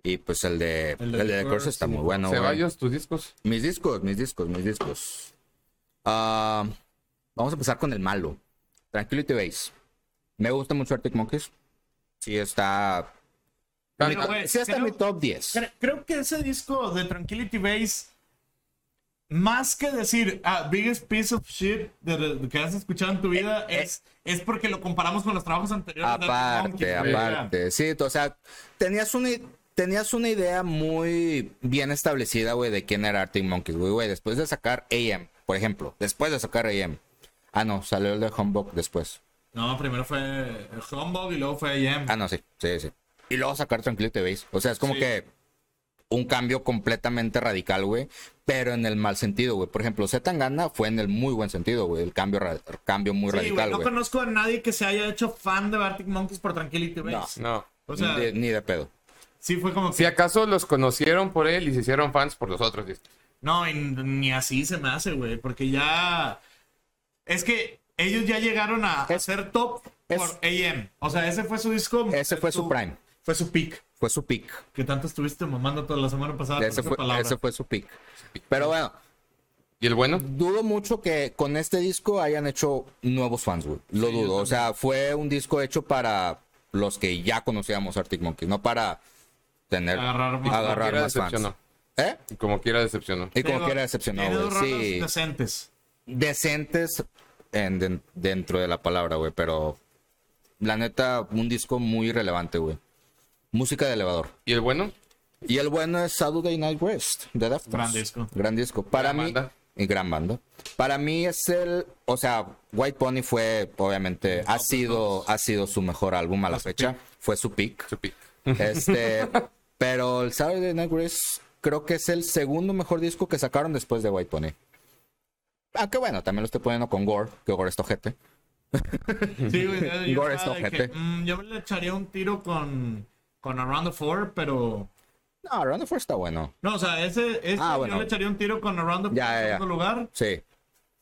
S3: Y pues el de el
S1: El
S3: de,
S1: de
S3: The Curse
S1: Curse,
S3: está
S1: sí.
S3: muy bueno, güey.
S2: Ceballos, tus discos.
S3: Mis discos, mis discos, mis discos. Ah, vamos a empezar con el malo. Tranquility Base. Me gusta mucho Arctic Monkeys. Sí está,
S1: Pero,
S2: Tan-
S1: güey,
S3: sí está en
S1: creo-
S3: mi top 10.
S1: Cre- Creo que ese disco de Tranquility Base, más que decir, ah, biggest piece of shit de- de- que has escuchado en tu vida,
S3: eh.
S1: es, es porque lo comparamos con los trabajos anteriores. de
S3: Aparte,
S1: Arctic Monkeys, güey.
S3: aparte. Sí, o sea, tenías una, i- tenías una idea muy bien establecida, güey, de quién era Arctic Monkeys, güey, güey. Después de sacar AM, por ejemplo. Después de sacar AM. Ah, no, salió el de Humbug después.
S1: No, primero fue Humbug y luego fue AM.
S3: Ah, no, sí, sí, sí. Y luego sacar Tranquility Base. O sea, es como
S1: Sí.
S3: que un cambio completamente radical, güey. Pero en el mal sentido, güey. Por ejemplo, Zetangana fue en el muy buen sentido, güey. El cambio, ra- cambio muy
S1: Sí, güey,
S3: radical,
S1: no
S3: güey.
S1: conozco a nadie que se haya hecho fan de Arctic Monkeys por Tranquility Base.
S2: No.
S1: O sea,
S3: Ni de- ni de pedo.
S1: sí fue como que.
S2: Si acaso los conocieron por él y se hicieron fans por los otros discos.
S1: No, y n- ni así se me hace, güey, porque ya... Es que ellos ya llegaron a, a
S3: Es-
S1: ser top
S3: es-
S1: por AM. O sea, ese fue su disco.
S3: Ese fue su prime.
S1: Fue su pick.
S3: Fue su pick.
S1: Que tanto estuviste mamando toda la semana pasada. con
S3: Ese
S1: esa
S3: fue,
S1: palabra.
S3: ese fue su pick. Pero bueno,
S2: ¿Y el bueno?
S3: dudo mucho que con este disco hayan hecho nuevos fans, güey. Lo
S1: Sí, yo
S3: dudo. O
S1: también.
S3: sea, fue un disco hecho para los que ya conocíamos Arctic Monkeys, no para tener
S1: Agarrar más-
S3: agarrar
S2: Como
S3: más
S2: quiera
S3: fans.
S2: decepcionó.
S3: ¿eh?
S2: Y Como quiera decepcionó.
S3: Y como
S1: Digo,
S3: quiera decepcionó,
S1: tiene dos
S3: güey.
S1: rolas
S3: Sí,
S1: decentes.
S3: decentes en- den- dentro de la palabra, güey. Pero la neta, un disco muy relevante, güey. Música de elevador.
S2: ¿Y el bueno?
S3: Y el bueno es Saturday Night West de Deftones.
S1: Gran disco.
S3: Gran disco. Para
S2: Gran
S3: mí.
S2: banda.
S3: Y gran banda. Para mí es el. O sea, White Pony fue, obviamente, ha sido, ha sido su mejor álbum a la fecha. Fue su pick.
S2: Su pick.
S3: Este. pero el Saturday Night West creo que es el segundo mejor disco que sacaron después de White Pony. Aunque bueno, también lo estoy poniendo con Gore, que Gore es tojete.
S1: Sí, güey. yo- yo
S3: Gore
S1: estaba
S3: es
S1: de que,
S3: ojete.
S1: mm, yo me le echaría un tiro con, con Around the Four, pero...
S3: No, Round the Four está bueno.
S1: No, o sea, ese, ese
S3: Ah, bueno.
S1: yo le echaría un tiro con Around the Four
S3: Ya, ya,
S1: en
S3: ya.
S1: segundo lugar.
S3: Sí.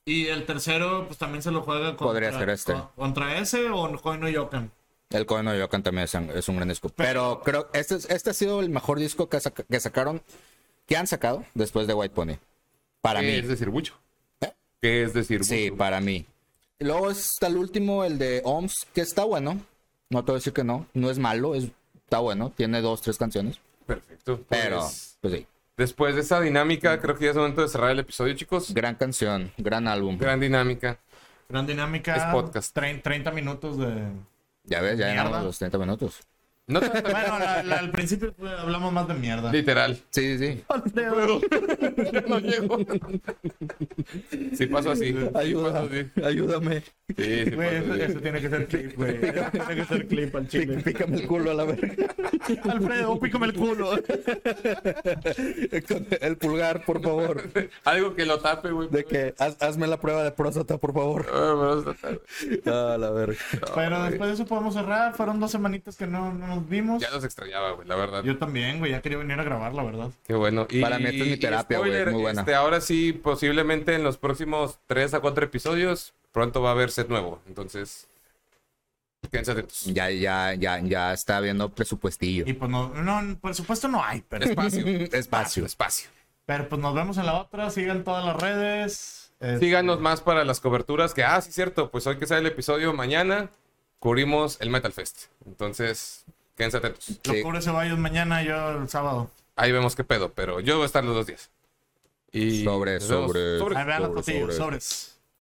S1: Y el tercero, pues también se lo juega contra,
S3: Podría ser este.
S1: con- contra ese o Coin no Yokan.
S3: El Cohen Yokan también es un, es un gran disco. Pero creo este, es- este ha sido el mejor disco que, saca- que sacaron, que han sacado después de White Pony. Para
S2: ¿Qué
S3: mí.
S2: es decir, mucho?
S3: ¿Eh?
S2: ¿Qué es decir,
S3: Sí,
S2: mucho?
S3: para mí. Y Luego está el último, el de OMS, que está bueno. No te voy a decir que no. No es malo, es, está bueno. Tiene dos, tres canciones.
S2: Perfecto.
S3: Pero,
S2: Pues,
S3: pues sí.
S2: después de esa dinámica, creo que ya es momento de cerrar el episodio, chicos.
S3: Gran canción, gran álbum.
S2: Gran dinámica.
S1: Gran dinámica.
S2: Es podcast.
S1: trein- 30 minutos de. Bueno,
S3: Ya ves, ya llenamos
S1: Mierda.
S3: los 30 minutos.
S2: No tanto,
S1: la- la- al principio pues, hablamos más de mierda.
S2: literal.
S3: Sí, sí, sí.
S2: No llego. Sí pasó así. Sí pasó así.
S3: ayúdame.
S2: Sí, sí
S1: Güey, eso,
S2: pasó así.
S1: eso tiene que ser clip, güey. Eso tiene que ser clip al chile.
S3: Pícame el culo a la verga.
S1: Alfredo, pícame el culo.
S3: Con el pulgar, por favor.
S2: Algo que lo tape, güey.
S3: De que haz- hazme la prueba de próstata, por favor.
S2: Ah, pero está tarde.
S3: Ah, la verga.
S1: Pero después de eso podemos cerrar. Fueron dos semanitas que no, no nos vimos.
S2: Ya los extrañaba, güey, la verdad.
S1: Yo también, güey. Ya quería venir a grabar, la verdad.
S2: Qué bueno. Y-
S3: Para mí esta es mi
S2: y
S3: terapia, güey,
S2: spoiler,
S3: muy buena.
S2: este, ahora sí, posiblemente en los próximos 3 a 4 episodios, pronto va a haber set nuevo. Entonces, quédense atentos.
S3: Ya, ya, ya, ya está viendo presupuestillo.
S1: Y pues no, no, por supuesto no hay, pero,
S2: Espacio.
S3: Espacio.
S2: mm, Espacio.
S1: pero pues nos vemos en la otra. Sigan todas las redes. Este,
S2: Síganos más para las coberturas que, ah, sí, cierto, pues hoy que sale el episodio, mañana cubrimos el Metal Fest. Entonces, quédense atentos.
S1: Lo
S3: Sí.
S1: cubre Ceballos mañana, yo el sábado.
S2: Ahí vemos qué pedo, pero yo voy a estar los dos días. Y
S3: Sobre,
S2: nos vemos.
S3: sobre.
S1: Ahí vean los
S2: Pues
S3: Sobre,
S1: pasillos,
S3: sobre.
S1: sobres.